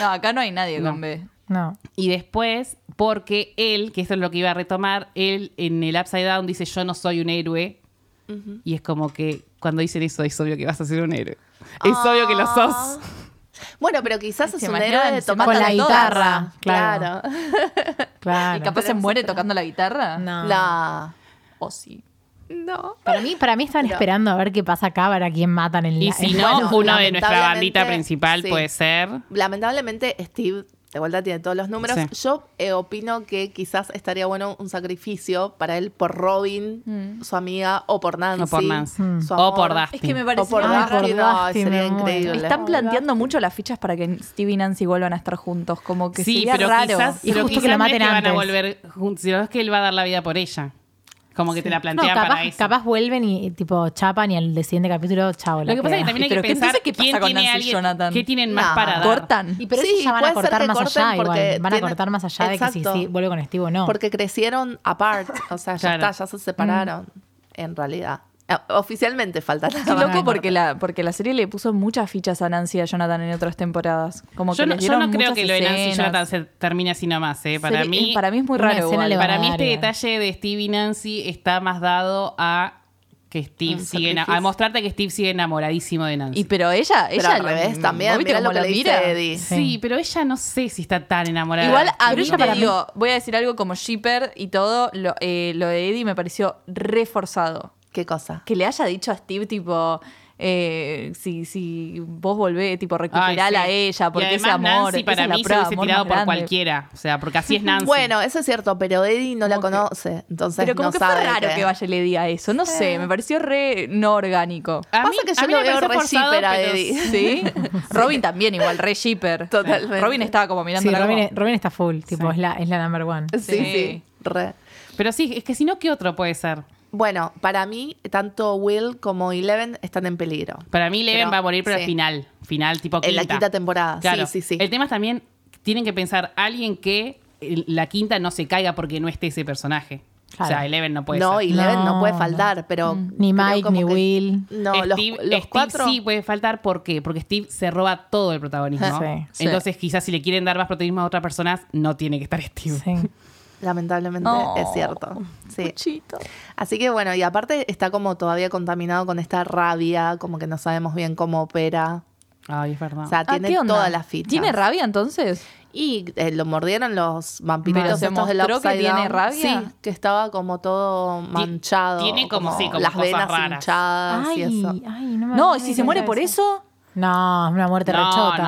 S7: No, acá no hay nadie con B.
S8: No.
S6: Y después, porque él, que esto es lo que iba a retomar, él en el Upside Down dice, yo no soy un héroe. Y es como que cuando dicen eso, es obvio que vas a ser un héroe. Es
S5: Ah.
S6: obvio que lo sos.
S5: Bueno, pero quizás es un
S7: imaginan,
S5: héroe de
S7: se
S5: tomar
S8: con la
S5: las dos.
S8: guitarra, claro.
S5: Claro.
S8: Claro.
S7: ¿Y capaz se muere tocando la guitarra?
S8: No.
S7: Ah.
S5: La.
S7: O sí.
S5: No.
S8: Para mí, para mí estaban esperando a ver qué pasa acá para quién matan en
S6: Y
S8: la-
S5: (laughs)
S6: si
S8: en-
S6: no,
S5: bueno,
S6: uno de nuestra bandita
S5: lamentablemente,
S6: principal
S5: sí.
S6: puede ser.
S5: Lamentablemente, Steve de vuelta tiene todos los números.
S6: Sí.
S5: Yo eh, opino que quizás estaría bueno un sacrificio para él por Robin,
S7: Mm.
S5: su amiga, o por Nancy.
S6: O por Nancy.
S8: Mm.
S5: su
S6: O
S5: amor.
S6: por Dustin.
S7: Es que me
S5: O
S7: parece
S5: por
S8: Ay,
S5: Dusty,
S8: por
S5: no,
S8: Dusty, me
S5: sería
S8: muero.
S5: increíble.
S7: Están planteando mucho las fichas para que Steve y Nancy vuelvan a estar juntos. Como que
S6: sí,
S7: sería
S6: pero
S7: raro.
S6: quizás,
S8: Y
S6: pero
S8: justo que
S6: quizás
S8: la
S6: no es
S8: maten
S6: van a
S8: antes.
S6: volver juntos, sino es que él va a dar la vida por ella. Como que te la
S8: No,
S6: plantean para
S8: capaz,
S6: eso.
S8: capaz vuelven y, y tipo chapan y al siguiente capítulo, chao.
S6: Lo que pasa es que también hay que
S7: Pero ¿qué-
S6: pensar
S7: entonces qué pasa
S6: quién
S7: con
S6: tiene
S7: Nancy y
S6: alguien,
S7: Jonathan?
S6: qué tienen más
S5: Nah.
S6: para dar.
S7: Cortan.
S8: Y pero
S5: Sí,
S8: ellos ya van a
S5: puede ser
S8: cortar
S5: que
S8: más allá
S5: corten porque
S8: igual. Van a
S5: tienen-
S8: cortar más allá de que
S5: Exacto.
S8: si sí, vuelve con Steve o no.
S5: Porque crecieron apart. O sea, ya
S6: Claro.
S5: está, ya se separaron. En realidad. Eh, Oficialmente falta
S7: Mm. Qué loco porque la, porque la serie le puso muchas fichas a Nancy y a Jonathan en otras temporadas. Como que
S6: Yo no,
S7: les
S6: yo
S7: dieron
S6: no creo
S7: muchas
S6: que lo de Nancy
S7: escenas.
S6: Jonathan se termine así nomás, ¿eh? Para
S7: Sería-
S6: mí,
S7: para mí es muy
S8: una
S7: raro.
S8: escena
S7: igual.
S8: le va
S6: para mí
S8: a
S6: este
S8: dar,
S6: detalle de Steve y Nancy está más dado a que Steve
S5: Un
S6: sigue ena- a
S5: sacrificio.
S6: mostrarte que Steve sigue enamoradísimo de Nancy.
S7: Y pero ella, ella
S5: Pero al
S7: lo-
S5: revés también.
S7: ¿no viste
S5: Mirá lo
S7: cómo
S5: que
S7: lo
S5: le dice
S7: mira?
S5: Eddie.
S6: sí. pero ella no sé si está tan enamorada.
S7: Igual a
S6: de
S7: mí
S6: Steve,
S7: te
S6: ¿no?
S7: digo, voy a decir algo como shipper y todo, lo, eh, lo de Eddie me pareció reforzado.
S5: ¿Qué cosa?
S7: Que le haya dicho a Steve, tipo, eh, si, si vos volvés, tipo,
S6: Ay,
S7: recuperala a
S6: sí.
S7: ella, porque
S6: y
S7: ese
S6: además
S7: amor,
S6: Nancy
S7: esa
S6: para
S7: es la
S6: mí se
S7: prueba de
S6: hubiese
S7: amor
S6: tirado
S7: más
S6: por
S7: grande.
S6: cualquiera. O sea, porque así es
S5: (laughs)
S6: Nancy.
S5: Bueno, eso es cierto, pero Eddie no la
S7: Como que-
S5: conoce. Entonces
S7: Pero como
S5: no
S7: que fue
S5: sabe
S7: raro
S5: que-
S7: que vaya y le diga eso, no sé, me pareció re no orgánico.
S6: A
S5: Pasa que yo
S6: mí
S5: lo
S6: me
S5: veo
S6: pareció
S5: re
S6: forzado,
S5: shipper a (laughs)
S6: pero
S5: Eddie.
S7: ¿Sí? Robin también igual, re shipper.
S5: Totalmente.
S7: Robin estaba como mirando
S8: Sí, Robin, Robin está full, tipo,
S6: Sí.
S8: es, la, es la number one.
S5: (laughs) Sí, sí.
S7: Sí.
S5: re.
S6: Pero sí, es que si no, ¿qué otro puede ser?
S5: Bueno, para mí, tanto Will como Eleven están en peligro.
S6: Para mí Leven
S5: Pero,
S6: va a morir, pero al
S5: sí.
S6: final. Final, tipo quinta.
S5: En la quinta temporada, sí,
S6: Claro.
S5: sí, sí.
S6: El tema es también, tienen que pensar alguien que el- la quinta no se caiga porque no esté ese personaje. O sea,
S8: Claro.
S6: Eleven no puede
S5: no,
S6: ser.
S5: Eleven no,
S8: No,
S5: puede
S8: no. Mm,
S5: faltar, pero.
S8: Ni
S5: pero
S8: Mike,
S5: como
S8: ni
S5: que-
S8: Will.
S5: No, los-
S6: Steve,
S5: los,
S6: Steve
S5: cuatro.
S6: sí puede faltar. ¿Por qué? Porque Steve se roba todo el protagonismo.
S8: Sí,
S7: sí.
S6: Entonces, quizás si le quieren dar más protagonismo a otra persona, no tiene que estar Steve.
S8: Sí.
S5: Lamentablemente
S7: Oh,
S5: es cierto. Sí.
S7: Puchito.
S5: Así que bueno, y aparte está como todavía contaminado con esta rabia, como que no sabemos bien cómo opera.
S6: Ay, es verdad.
S5: O sea,
S7: Ah,
S5: tiene
S7: ¿qué onda?
S5: todas las fichas.
S7: ¿Tiene rabia entonces?
S5: Y eh, lo mordieron los vampiritos
S7: Pero se
S5: estos del
S7: mostró que
S5: Upside
S7: tiene
S5: Down.
S7: rabia.
S5: Sí, que estaba como todo manchado.
S6: tiene como- sí, como
S5: las
S6: cosas
S5: venas
S6: raras.
S5: hinchadas y Ah, eso.
S8: Ay, ay, no me
S7: No,
S8: me
S7: ¿y
S8: di
S7: si se muere
S8: cuenta
S7: por
S8: de
S7: eso?
S8: No, es una muerte rechota.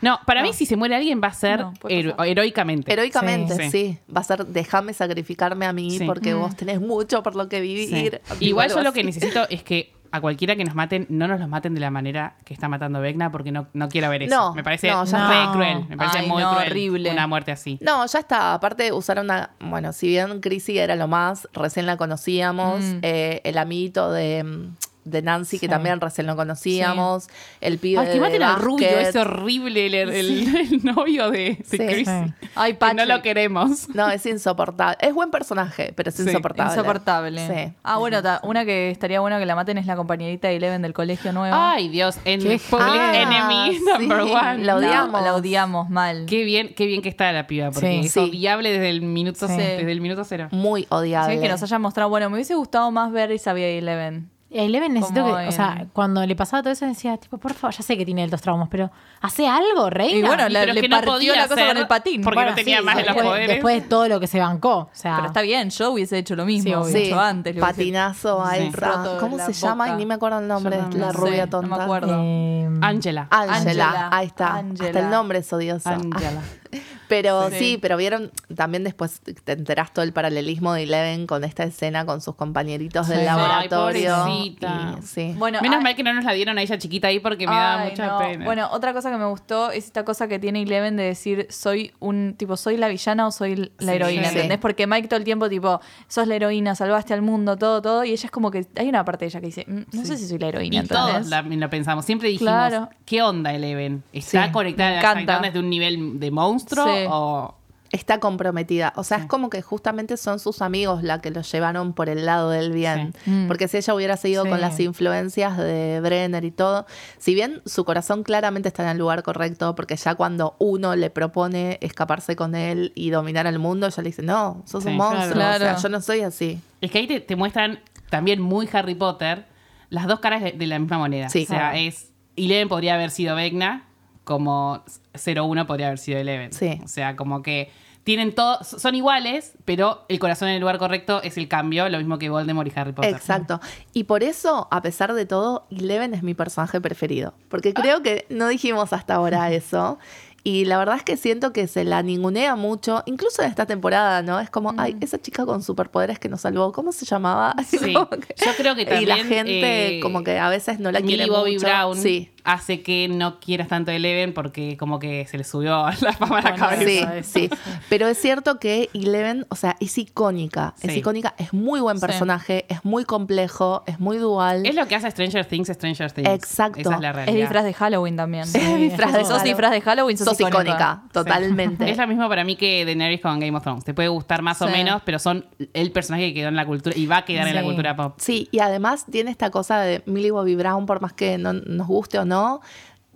S6: No, no. para mí si se muere alguien va a ser
S7: No, puede
S6: hero-
S7: pasar.
S6: heroicamente.
S5: Heroicamente,
S6: Sí.
S5: sí. Va a ser, déjame sacrificarme a mí
S6: Sí.
S7: Mm.
S5: porque vos tenés mucho por lo que
S6: Sí.
S5: vivir.
S6: Igual
S5: Algo
S6: yo lo que
S5: así.
S6: necesito es que a cualquiera que nos maten, no nos los maten de la manera que está matando Vecna porque no, no quiero ver eso.
S5: No,
S6: me parece
S5: no, ya
S6: re
S8: está.
S6: cruel. Me parece
S7: Ay,
S6: muy
S7: no,
S6: cruel
S7: horrible.
S6: una muerte así.
S5: No, ya está. Aparte, usaron una. Bueno, si bien Chrissy era lo más, recién la conocíamos.
S7: Mm.
S5: eh, el amiguito de, mm, de Nancy, que también recién lo conocíamos. El pibe.
S6: Ay, que
S5: de
S6: maten al
S5: básquet.
S6: rubio, es horrible el, el- el novio de,
S5: Sí.
S6: de Chrissy.
S8: Sí.
S7: Ay,
S6: Que
S7: Patrick.
S6: no lo queremos.
S5: No, es insoportable. Es buen personaje, pero es
S6: Sí,
S5: insoportable.
S7: Insoportable.
S5: Sí.
S7: Ah, bueno, ta- una que estaría bueno que la maten es la compañerita de Eleven del colegio nuevo.
S6: Ay, Dios, en
S8: Qué
S6: Public
S5: Ah,
S6: Enemy
S5: sí,
S6: (laughs) number one.
S5: la odiamos.
S7: La odiamos mal.
S6: Qué bien, qué bien que está la piba, porque
S8: Sí.
S6: es
S5: Sí.
S6: odiable desde el minuto,
S8: Sí.
S6: desde el minuto cero.
S7: Mm.
S5: Muy odiable.
S7: Sí, que nos haya mostrado. Bueno, me hubiese gustado más ver esa vía de Eleven.
S8: Y a Eh, Eleven necesito que,
S7: Como
S8: o sea,
S7: en-
S8: cuando le pasaba todo eso decía, tipo, por favor, ya sé que tiene altos traumas, pero hace algo, reina.
S7: Y bueno,
S6: Y
S7: la-
S6: pero
S7: le
S6: que no
S7: partió
S6: podía
S7: la cosa
S6: hacer
S7: con el patín.
S6: porque
S7: Bueno,
S6: no tenía
S7: sí,
S6: más de los
S8: después,
S6: poderes.
S8: después de todo lo que se bancó, o sea,
S7: Pero está bien, yo hubiese hecho lo
S8: Sí,
S7: mismo.
S8: obvio.
S7: Mucho
S5: Sí.
S7: antes. le hubiese-
S5: Patinazo a
S6: Sí.
S5: Elsa.
S7: Roto
S5: ¿Cómo
S7: la
S5: se llama?
S7: boca.
S5: Y ni me acuerdo el nombre.
S6: Yo no
S5: la
S6: sé,
S5: rubia
S7: no me
S5: tonta.
S7: acuerdo.
S8: eh,
S6: Ángela.
S7: Ah,
S5: Ángela,
S7: Ángela,
S5: ahí está.
S7: Ángela.
S5: Hasta el nombre es odiosa.
S6: Ángela.
S5: (laughs)
S7: ah.
S5: Pero
S7: Sí.
S5: sí. pero vieron, también después te enterás todo el paralelismo de Eleven con esta escena con sus compañeritos del
S8: Sí. Ay,
S5: laboratorio.
S6: pobrecita.
S5: Y- sí.
S7: Bueno,
S6: Menos
S7: ay,
S6: mal que no nos la dieron a ella chiquita ahí porque me da
S7: Ay,
S6: mucha
S7: no.
S6: pena.
S7: Bueno, otra cosa que me gustó es esta cosa que tiene Eleven de decir soy un tipo, soy la villana o soy la
S6: Sí,
S7: heroína,
S5: sí.
S7: ¿entendés? Porque Mike todo el tiempo tipo, sos la heroína, salvaste al mundo, todo, todo, y ella es como que hay una parte de ella que dice, "Mm, no sé si soy la heroína,
S6: y
S7: ¿entendés?
S6: todos la- lo pensamos. Siempre dijimos,
S7: Claro.
S6: ¿qué onda Eleven? ¿Está
S7: Sí, me
S6: conectada a
S7: encanta.
S6: las desde un nivel de monstruo
S7: Sí.
S6: o...?
S5: Está comprometida. O sea, es como que justamente son sus amigos la que los llevaron por el lado del bien.
S7: Mm.
S5: Porque si ella hubiera seguido
S8: Sí.
S5: con las influencias de Brenner y todo, si bien su corazón claramente está en el lugar correcto, porque ya cuando uno le propone escaparse con él y dominar el mundo, ella le dice, no, sos
S6: Sí,
S5: un monstruo.
S7: claro.
S5: O sea, yo no soy así.
S6: Es que ahí te, te muestran también muy Harry Potter las dos caras de, de la misma moneda.
S5: Sí.
S6: O sea, es... Eleven podría haber sido Vecna como 01 podría haber sido Eleven.
S5: Sí.
S6: O sea, como que tienen todo... Son iguales, pero el corazón en el lugar correcto es el cambio, lo mismo que Voldemort y Harry Potter.
S5: Exacto. Y por eso, a pesar de todo, Eleven es mi personaje preferido. Porque creo que no dijimos hasta
S6: (laughs)
S5: ahora eso. Y la verdad es que siento que se la ningunea mucho, incluso en esta temporada, ¿no? Es como, ay, esa chica con superpoderes que nos salvó, ¿cómo se llamaba? (laughs)
S6: Mm. Sí.
S5: Como que-
S6: Yo creo que
S5: Y la
S6: también,
S5: gente
S6: eh,
S5: como que a veces no la
S6: Millie
S5: quiere
S6: Bobby
S5: mucho.
S6: Brown
S5: Sí.
S6: hace que no quieras tanto Eleven porque como que se le subió (laughs) la fama a la
S7: Bueno,
S6: cabeza.
S5: Sí,
S7: eso, eso.
S5: sí. Pero es cierto que Eleven, o sea, es icónica. Es
S6: Sí.
S5: icónica, es muy buen
S7: Sí.
S5: personaje, es muy complejo, es muy dual.
S6: Es lo que hace Stranger Things, Stranger Things.
S5: Exacto.
S6: Esa es la
S7: Es
S6: realidad.
S7: disfraz de Halloween también.
S5: Es disfraz de
S7: Si sos
S5: Halloween.
S7: disfraz de Halloween, sos,
S5: sos icónica,
S6: Sí.
S8: (laughs)
S5: totalmente.
S6: Es lo mismo para mí que Daenerys con Game of Thrones. Te puede gustar más o
S7: Sí.
S6: menos, pero son el personaje que quedó en la cultura y va a quedar en la
S8: Sí.
S6: cultura pop.
S5: Sí, y además tiene esta cosa de Millie Bobby Brown, por más que no, nos guste o no,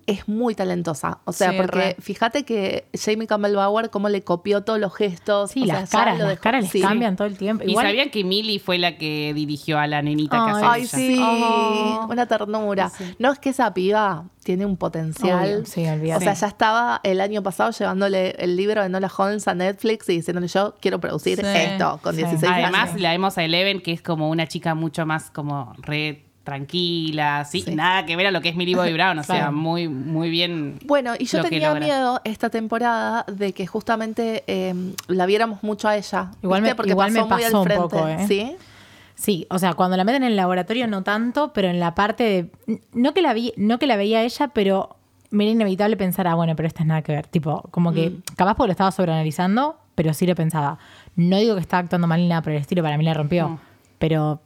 S5: es muy talentosa. O sea,
S7: Sí,
S5: porque
S7: re.
S5: fíjate que Jamie Campbell Bauer cómo le copió todos los gestos.
S8: sí,
S5: o sea,
S8: las
S5: ya
S8: caras,
S5: lo
S8: las
S5: dejó-
S8: caras les
S5: sí.
S8: cambian todo el tiempo.
S6: Y
S8: Igual,
S6: sabían que Millie fue la que dirigió a la nenita que hace
S5: Ay,
S6: ella.
S5: sí,
S7: Oh.
S5: una ternura. No es que esa piba tiene un potencial.
S8: Obvio, sí, olvídate.
S5: O sea, ya estaba el año pasado llevándole el libro de Nola Holmes a Netflix y diciéndole yo quiero producir
S7: Sí.
S5: esto con
S8: Sí.
S5: 16 años.
S6: Además, la vemos a Eleven, que es como una chica mucho más como re tranquila, ¿sí? nada que ver a lo que es Millie Bobby Brown, o sea,
S8: Claro.
S6: muy, muy bien.
S5: Bueno, y yo
S6: lo que
S5: tenía
S6: logra.
S5: miedo esta temporada de que justamente eh, la viéramos mucho a ella.
S8: Igual
S5: ¿viste?
S8: me- igual me pasó un poco, ¿eh?
S5: ¿Sí?
S8: Sí, o sea, cuando la meten en el laboratorio no tanto, pero en la parte de n- no que la vi, no que la veía ella, pero me era inevitable pensar, ah, bueno, pero esta es nada que ver, tipo, como que capaz porque lo estaba sobreanalizando, pero sí lo pensaba. No digo que estaba actuando mal ni nada por el estilo, para mí la rompió, pero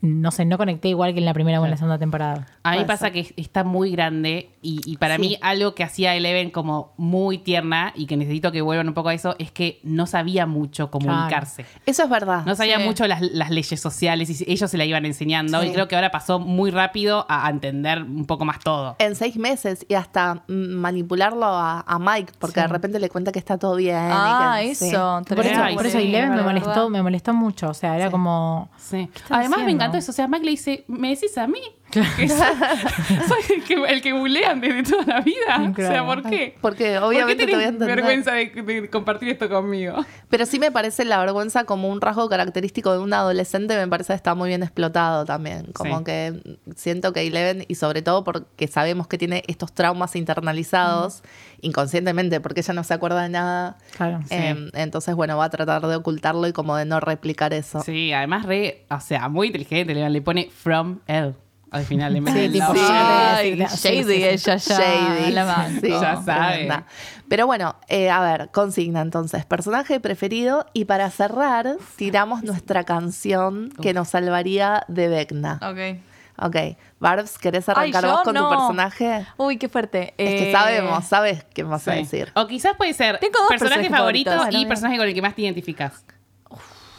S8: no sé, no conecté igual que en la primera o en la segunda temporada.
S6: A mí pasa que es- está muy grande y, y para mí algo que hacía Eleven como muy tierna y que necesito que vuelvan un poco a eso es que no sabía mucho comunicarse.
S5: Eso es verdad.
S6: No sabía
S7: Sí.
S6: mucho las, las leyes sociales y ellos se la iban enseñando y creo que ahora pasó muy rápido a a entender un poco más todo.
S5: En seis meses y hasta mm, manipularlo a, a Mike porque de repente le cuenta que está todo bien. y
S7: Ah,
S5: que- sí.
S7: eso.
S8: Por eso,
S6: Ay,
S8: por eso
S6: sí,
S8: Eleven me
S7: la
S8: molestó,
S7: verdad.
S8: me molestó mucho. O sea, era como.
S6: Sí.
S8: están
S6: Además me
S8: haciendo?
S6: encantó eso. O sea, Mike le dice, ¿me decís
S1: (laughs)
S6: a mí? Que soy soy (laughs) el que, el que bulean desde toda la vida. O sea,
S8: Claro.
S6: ¿por qué?
S5: Porque
S6: ¿Por qué
S5: obviamente te voy a
S6: tenés
S5: entender.
S6: vergüenza de, de compartir esto conmigo?
S5: Pero sí me parece la vergüenza como un rasgo característico de un adolescente, me parece que está muy bien explotado también. Como
S6: Sí.
S5: que siento que Eleven, y sobre todo porque sabemos que tiene estos traumas internalizados inconscientemente, porque ella no se acuerda de nada.
S8: Claro.
S5: Eh, entonces, bueno, va a tratar de ocultarlo y como de no replicar eso. (laughs)
S6: Sí, además re, o sea, muy inteligente, le, le pone from L al final en vez
S8: Sí,
S6: de
S8: tipo,
S6: love.
S7: Ay,
S8: Sí,
S7: shady
S8: sí, sí, sí.
S7: ella ya.
S5: Shady.
S7: La
S5: (laughs)
S7: banco.
S5: Sí,
S6: Ya sabe.
S5: tremenda. Pero bueno, eh, a ver, consigna entonces, personaje preferido y para cerrar tiramos nuestra canción que nos salvaría de Vecna.
S7: Ok.
S5: Ok, Barbs, ¿querés
S7: Ay,
S5: arrancar
S7: yo
S5: vos con
S7: no.
S5: tu personaje?
S7: Uy, qué fuerte.
S5: Es que
S7: Eh,
S5: sabemos, sabes qué vas a
S6: Sí.
S5: decir.
S6: O quizás puede ser
S7: Tengo dos
S6: personaje
S7: personajes
S6: favorito
S7: favoritos.
S6: y
S7: Bueno,
S6: personaje con el que más te identificas.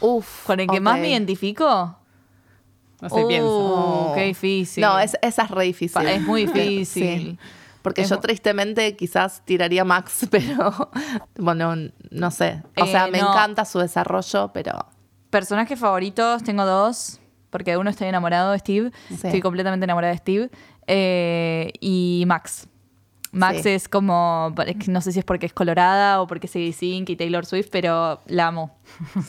S5: Uf,
S7: Con el que más
S5: ok.
S7: me identifico.
S6: No sé, pienso.
S7: Uh, qué difícil.
S5: Oh. No, es, esa es re difícil.
S7: Pa- es muy difícil.
S5: (laughs) Sí. Porque yo tristemente quizás tiraría Max, (laughs) pero bueno, no sé. O
S7: Eh,
S5: sea, me
S7: no.
S5: encanta su desarrollo, pero
S7: Personajes favoritos, tengo dos. Porque de uno estoy enamorado de Steve. Estoy completamente enamorada de Steve. Eh, y Max. Max
S5: Sí.
S7: es como. es que No sé si es porque es colorada o porque es Sadie Sink y Taylor Swift, pero la amo.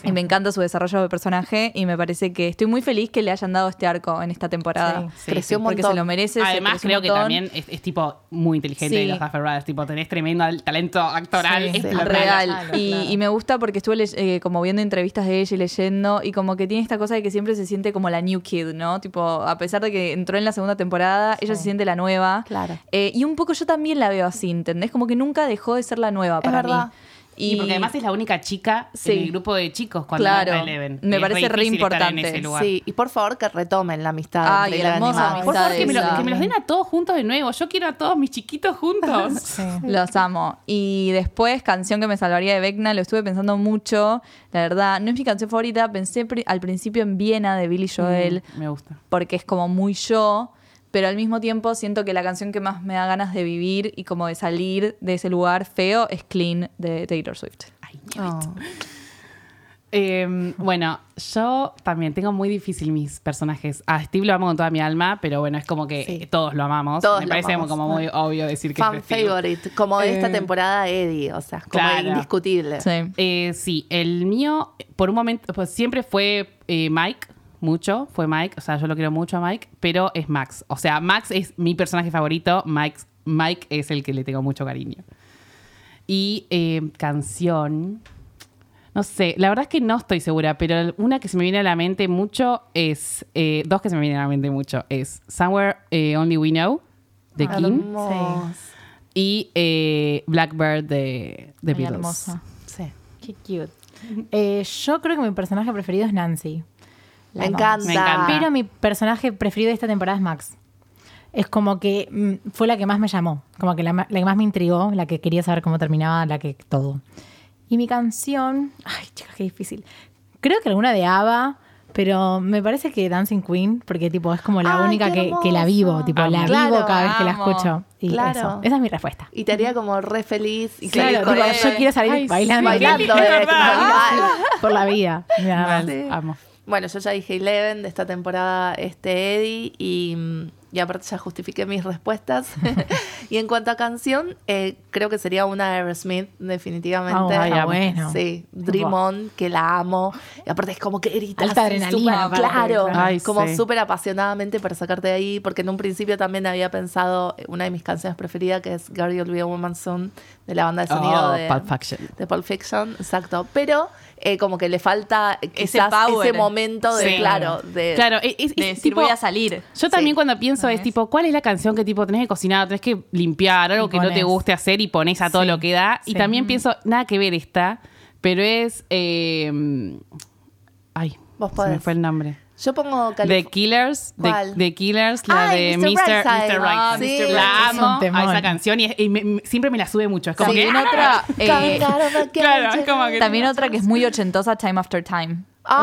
S7: Y me encanta su desarrollo de personaje. Y me parece que estoy muy feliz que le hayan dado este arco en esta temporada.
S6: Sí,
S5: creció un
S7: Porque
S5: montón.
S7: se lo merece. se
S6: Además,
S7: creció
S6: creo
S7: un
S6: que
S7: montón.
S6: también es, es tipo muy inteligente
S7: Sí.
S6: de los Duffer Brothers. Tipo, tenés tremendo al- talento actoral.
S8: Sí,
S6: es
S8: sí.
S6: la-
S7: real.
S8: claro,
S7: y,
S8: claro.
S7: y me gusta porque estuve le- eh, como viendo entrevistas de ella y leyendo, y como que tiene esta cosa de que siempre se siente como la new kid, ¿no? Tipo, a pesar de que entró en la segunda temporada, ella se siente la nueva.
S5: Claro.
S7: Eh, y un poco yo también la veo así, ¿entendés? Como que nunca dejó de ser la nueva para
S5: verdad.
S7: mí.
S6: Y, porque además es la única chica
S7: Sí.
S6: en el grupo de chicos cuando
S7: Claro.
S6: entra Eleven. Y
S7: Me
S6: es
S7: parece re
S6: difícil estar en
S7: importante.
S6: ese lugar.
S5: Sí, y por favor que retomen la amistad.
S7: Ay,
S5: entre
S7: la
S5: Eleven y
S7: hermosa
S5: Max.
S6: Por favor, que me, lo-
S7: Esa.
S6: que me los den a todos juntos de nuevo. Yo quiero a todos mis chiquitos juntos.
S7: Los amo. Y después, canción que me salvaría de Vecna, lo estuve pensando mucho. La verdad, no es mi canción favorita. Pensé pri- al principio en Viena de Billy Joel.
S6: Mm, Me gusta.
S7: porque es como muy yo, pero al mismo tiempo siento que la canción que más me da ganas de vivir y como de salir de ese lugar feo es Clean de Taylor Swift.
S6: Ah.
S5: Oh.
S6: Eh, bueno, yo también tengo muy difícil mis personajes. A Steve lo amo con toda mi alma, pero bueno, es como que
S5: Sí.
S6: todos lo amamos.
S5: Todos
S6: Me
S5: lo
S6: parece
S5: amamos.
S6: como muy obvio decir que
S5: Fan
S6: es de Steve.
S5: favorite, como de esta temporada Eddie, o sea, como
S6: Claro.
S5: indiscutible.
S7: Eh. Sí.
S6: Eh, sí, el mío, por un momento, pues siempre fue eh, Mike, mucho, fue Mike, o sea, yo lo quiero mucho a Mike, pero es Max. O sea, Max es mi personaje favorito, Mike, Mike es el que le tengo mucho cariño. Y eh, canción, no sé, la verdad es que no estoy segura, pero una que se me viene a la mente mucho es, eh, dos que se me vienen a la mente mucho, es Somewhere eh, Only We Know, de
S5: Ah,
S6: King,
S5: Hermoso.
S6: y eh, Blackbird de, de
S7: Muy
S6: Beatles.
S7: hermosa.
S5: Sí.
S8: Qué cute. Eh, yo creo que mi personaje preferido es Nancy.
S5: Me encanta.
S6: Me encanta.
S8: Pero mi personaje preferido de esta temporada es Max. Es como que mm, fue la que más me llamó, como que la, ma- la que más me intrigó, la que quería saber cómo terminaba, la que todo. Y mi canción, ay chicas, qué difícil. Creo que alguna de ABBA, pero me parece que Dancing Queen, porque tipo es como la
S5: Ay,
S8: única
S5: qué
S8: que, que la vivo, tipo la
S5: Claro,
S8: vivo cada vez que la
S7: amo.
S8: escucho. Y
S5: Claro.
S8: eso, esa es mi respuesta.
S5: Y te haría como re feliz y
S8: Claro,
S5: salir con
S8: tipo,
S5: él.
S8: yo quiero salir
S6: Ay, sí,
S8: bailando, (laughs)
S5: bailando
S6: Es
S5: de
S6: verdad.
S5: Bailando.
S8: por la vida. Nada más.
S6: Mal, amo.
S5: Bueno, yo ya dije Eleven de esta temporada, este Eddie, y, mm, y aparte ya justifiqué mis
S8: (laughs)
S5: respuestas. (laughs) y en cuanto a canción, eh, creo que sería una de Aerosmith, definitivamente.
S8: Ah,
S6: ah,
S8: bueno.
S5: Sí, Dream On, que la amo. Y aparte es como que grita.
S8: Alta
S5: así,
S8: adrenalina,
S5: súper-
S8: aparte,
S5: claro.
S6: claro. Ay,
S5: como
S6: sí.
S5: súper apasionadamente para sacarte de ahí, porque en un principio también había pensado eh, una de mis canciones preferidas, que es Girl You'll Be a Woman Soon, de la banda de sonido
S6: Oh,
S5: de
S6: Pulp Fiction.
S5: de Pulp Fiction, exacto. Pero eh, como que le falta eh,
S7: Ese
S5: quizás
S7: power.
S5: ese momento de,
S6: Sí.
S5: claro, de...
S6: Claro, es, es-
S7: De
S6: es
S7: decir,
S6: tipo-
S7: voy a salir.
S6: Yo también cuando pienso es tipo, ¿cuál es la canción que tipo tenés que cocinar, tenés que limpiar, algo
S8: Y
S6: que no te
S8: ponés.
S6: guste hacer y pones a todo
S8: Sí,
S6: lo que da? Y
S8: sí.
S6: también pienso, nada que ver esta, pero es... eh, ay,
S5: Vos
S6: se me
S5: podés.
S6: fue el nombre.
S5: Yo pongo
S6: The
S5: California.
S6: Killers, de
S5: ¿Cuál?
S6: The Killers, la
S5: Ay,
S6: de
S5: Mr.
S6: Mr.
S5: Brightside.
S6: Mr.
S5: Ah,
S6: Right.
S5: sí.
S6: La
S8: Es un
S6: amo a
S8: temón.
S6: esa canción y, es- y me- me- siempre me la sube mucho. Es como que.
S5: (laughs)
S7: También otra,
S6: (laughs)
S7: eh,
S6: Claro, es como que-
S7: también otra que es muy ochentosa, Time After Time.
S5: Ay,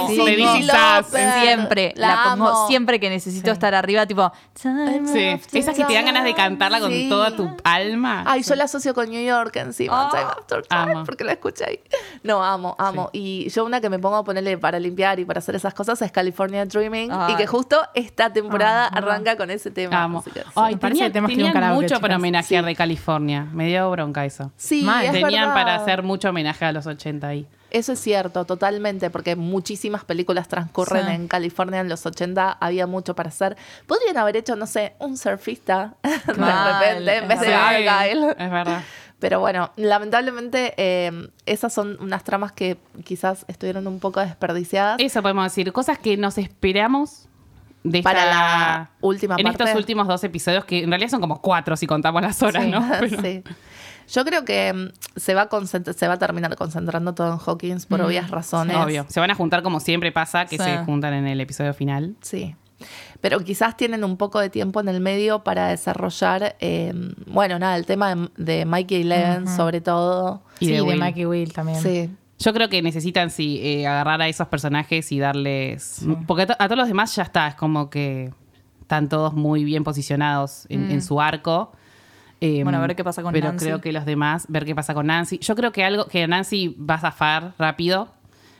S6: Oh,
S5: sí,
S6: de
S5: Cindy
S6: Dizzy Sass.
S5: Lauper.
S7: Siempre, la, pongo
S5: amo.
S7: siempre que necesito estar arriba, tipo, "Time
S6: Sí.
S7: After
S6: Esas que te dan ganas de cantarla con
S5: Sí.
S6: toda tu alma.
S5: Ay, yo la asocio con New York encima,
S7: Ah,
S5: Time After Time,
S6: Oh, amo.
S5: porque la escuché ahí. No, amo, amo. Y yo una que me pongo a ponerle para limpiar y para hacer esas cosas es California Dreaming. Y
S7: Ay.
S5: que justo esta temporada arranca con ese tema.
S6: Amo.
S5: así que sí.
S6: Ay,
S8: Me parece
S6: tenían,
S8: que tenemos que ir a un
S6: tenían
S8: karaoke,
S6: mucho para
S8: chicas.
S6: homenajear de California. Me dio bronca eso.
S5: Sí,
S8: Mal.
S5: es
S6: tenían
S5: verdad.
S6: para hacer mucho homenaje a los 80 ahí.
S5: Eso es cierto, totalmente, porque muchísimas películas transcurren
S7: Sí.
S5: en California en los 80, había mucho para hacer. Podrían haber hecho, no sé, un surfista (laughs) de
S7: Mal,
S5: repente en
S7: es
S5: vez de
S6: Sí,
S5: Argyle.
S6: Es verdad.
S5: Pero bueno, lamentablemente eh, esas son unas tramas que quizás estuvieron un poco desperdiciadas.
S6: Eso podemos decir. Cosas que nos esperamos de esta-
S5: Para la última
S6: En
S5: parte.
S6: estos últimos dos episodios, que en realidad son como cuatro si contamos las horas,
S5: (laughs)
S8: Sí.
S6: ¿no? Pero-
S5: Sí. Yo creo que mm, se va, a concent- se va a terminar concentrando todo en Hawkins por obvias razones.
S6: Mm, Obvio. Se van a juntar como siempre pasa, que
S7: Sí.
S6: se juntan en el episodio final.
S5: Sí. Pero quizás tienen un poco de tiempo en el medio para desarrollar, eh, bueno, nada, el tema de, de Mikey Eleven, sobre todo.
S6: Y
S8: sí,
S6: de
S8: de,
S6: Will.
S8: Mikey Will también.
S5: Sí.
S6: Yo creo que necesitan, sí, eh, agarrar a esos personajes y darles... Porque a, to- a todos los demás ya está, es como que están todos muy bien posicionados en, en su arco. Eh,
S7: Mm. Bueno, a ver qué pasa con
S6: pero
S7: Nancy.
S6: creo que los demás, ver qué pasa con Nancy. Yo creo que algo que Nancy va a zafar rápido,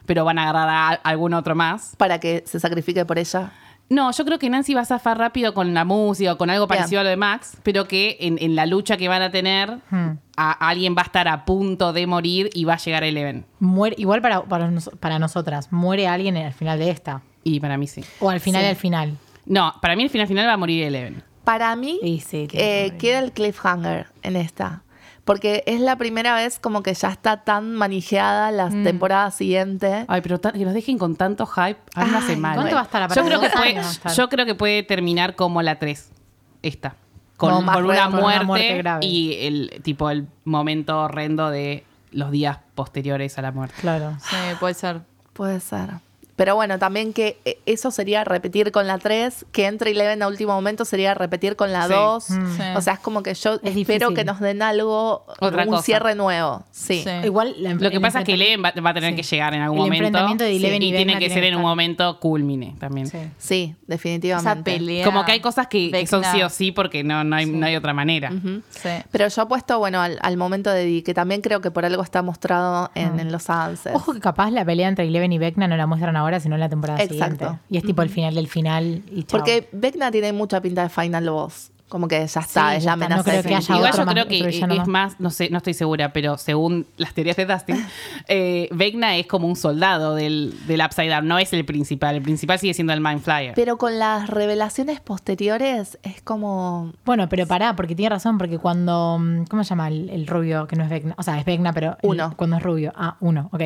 S6: pero van a agarrar a algún otro más.
S5: Para que se sacrifique por ella.
S6: No, yo creo que Nancy va a zafar rápido con la música o con algo
S5: Bien.
S6: parecido a lo de Max, pero que en, en la lucha que van a tener,
S7: Hmm.
S6: a- alguien va a estar a punto de morir y va a llegar Eleven.
S8: Muere, igual para, para, nos- para nosotras, muere alguien al final de esta.
S6: Y para mí sí.
S8: O al final, al final.
S6: No, para mí el final final va a morir Eleven.
S5: Para mí,
S8: Y sí,
S5: eh, queda el cliffhanger en esta. Porque es la primera vez como que ya está tan manijeada la
S8: Mm.
S5: temporada siguiente.
S6: Ay, pero tan- que nos dejen con tanto hype a una
S5: Ay,
S6: semana.
S8: ¿cuánto va a estar la
S6: yo creo, que
S8: parte?
S6: puede,
S8: Dos años va a estar.
S6: yo creo que puede terminar como la 3, esta. Con,
S5: No, más
S6: con una,
S5: real,
S8: con una
S6: muerte
S8: muerte grave.
S6: y el tipo el momento horrendo de los días posteriores a la muerte.
S8: Claro.
S7: Sí, puede ser.
S5: Puede ser. Pero bueno, también que eh, eso sería repetir con la 3, que entre Eleven a último momento sería repetir con la
S6: Sí.
S5: 2.
S7: Sí.
S5: O sea, es como que yo espero
S8: Mm. difícil.
S5: que nos den algo,
S6: Otra
S5: un
S6: cosa.
S5: cierre nuevo. Sí.
S7: Sí.
S6: Eh,
S8: Igual la-
S6: Lo que
S8: Em, el
S6: pasa es que Eleven
S8: enfrentamiento-
S6: va, va a tener
S8: Sí.
S6: que llegar en algún
S8: El
S6: momento.
S8: enfrentamiento de Eleven
S6: Sí,
S8: y
S6: y tiene
S8: Velma
S6: que
S8: tiene
S6: ser
S8: que
S6: en un
S8: estar.
S6: momento culmine también.
S8: Sí.
S5: Sí,
S7: Esa
S5: definitivamente.
S7: pelea.
S6: Como que hay cosas que, que son
S7: Vecna.
S6: sí o sí porque no, no, hay, no hay otra manera.
S7: Sí.
S5: Pero yo apuesto, bueno, al, al momento de Dee, que también creo que por algo está mostrado en, en los avances.
S8: Mm. Ojo que capaz la pelea entre Eleven y Vecna no la muestran ahora, sino en la temporada
S5: Exacto.
S8: siguiente. Y es tipo el final del final y chao.
S5: Porque Vecna tiene mucha pinta de Final Boss. Como que ya está,
S8: Sí,
S5: es
S8: ya
S5: la
S8: está, no
S5: amenaza.
S8: creo que haya
S5: definitiva.
S6: Igual
S8: otro
S6: yo
S8: más,
S6: creo que
S8: otro
S6: es
S8: villano más.
S6: más, no sé, no estoy segura, pero según las teorías de Dustin, (laughs) eh, Vecna es como un soldado del, del Upside Down, no es el principal. El principal sigue siendo el Mind Flyer.
S5: Pero con las revelaciones posteriores es como...
S8: Bueno, pero pará, porque tiene razón, porque cuando. mm, ¿Cómo se llama el, el rubio que no es Vecna? O sea, es Vecna, pero. el-
S5: Uno.
S8: cuando es rubio. Ah, uno, ok.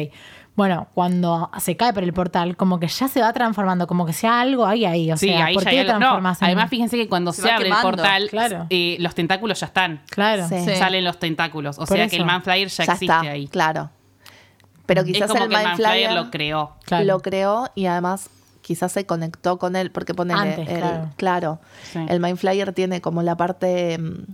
S8: Bueno, cuando se cae por el portal, como que ya se va transformando, como que sea algo ahí, ahí. O
S6: sí,
S8: sea,
S6: ahí
S8: ¿por
S6: ya
S8: qué
S6: hay algo- no,
S8: transformas en-
S6: Además, fíjense que cuando
S7: Se
S6: se,
S7: va
S6: abre
S7: quemando,
S6: el portal,
S8: claro.
S6: eh, los tentáculos ya están.
S8: Claro.
S5: Sí.
S7: Sí.
S6: Salen los tentáculos. O
S8: Por
S6: sea que
S8: eso.
S6: el Mind Flyer ya,
S5: ya
S6: existe
S5: está,
S6: ahí.
S5: claro. Pero
S6: Es
S5: quizás
S6: como
S5: el
S6: que el
S5: Mind
S6: Mind Flyer
S5: Flyer
S6: lo creó.
S8: Claro.
S5: lo creó y además quizás se conectó con él, porque ponele
S8: Antes,
S5: el,
S8: claro.
S6: Sí.
S5: el Mind Flyer tiene como la parte mm,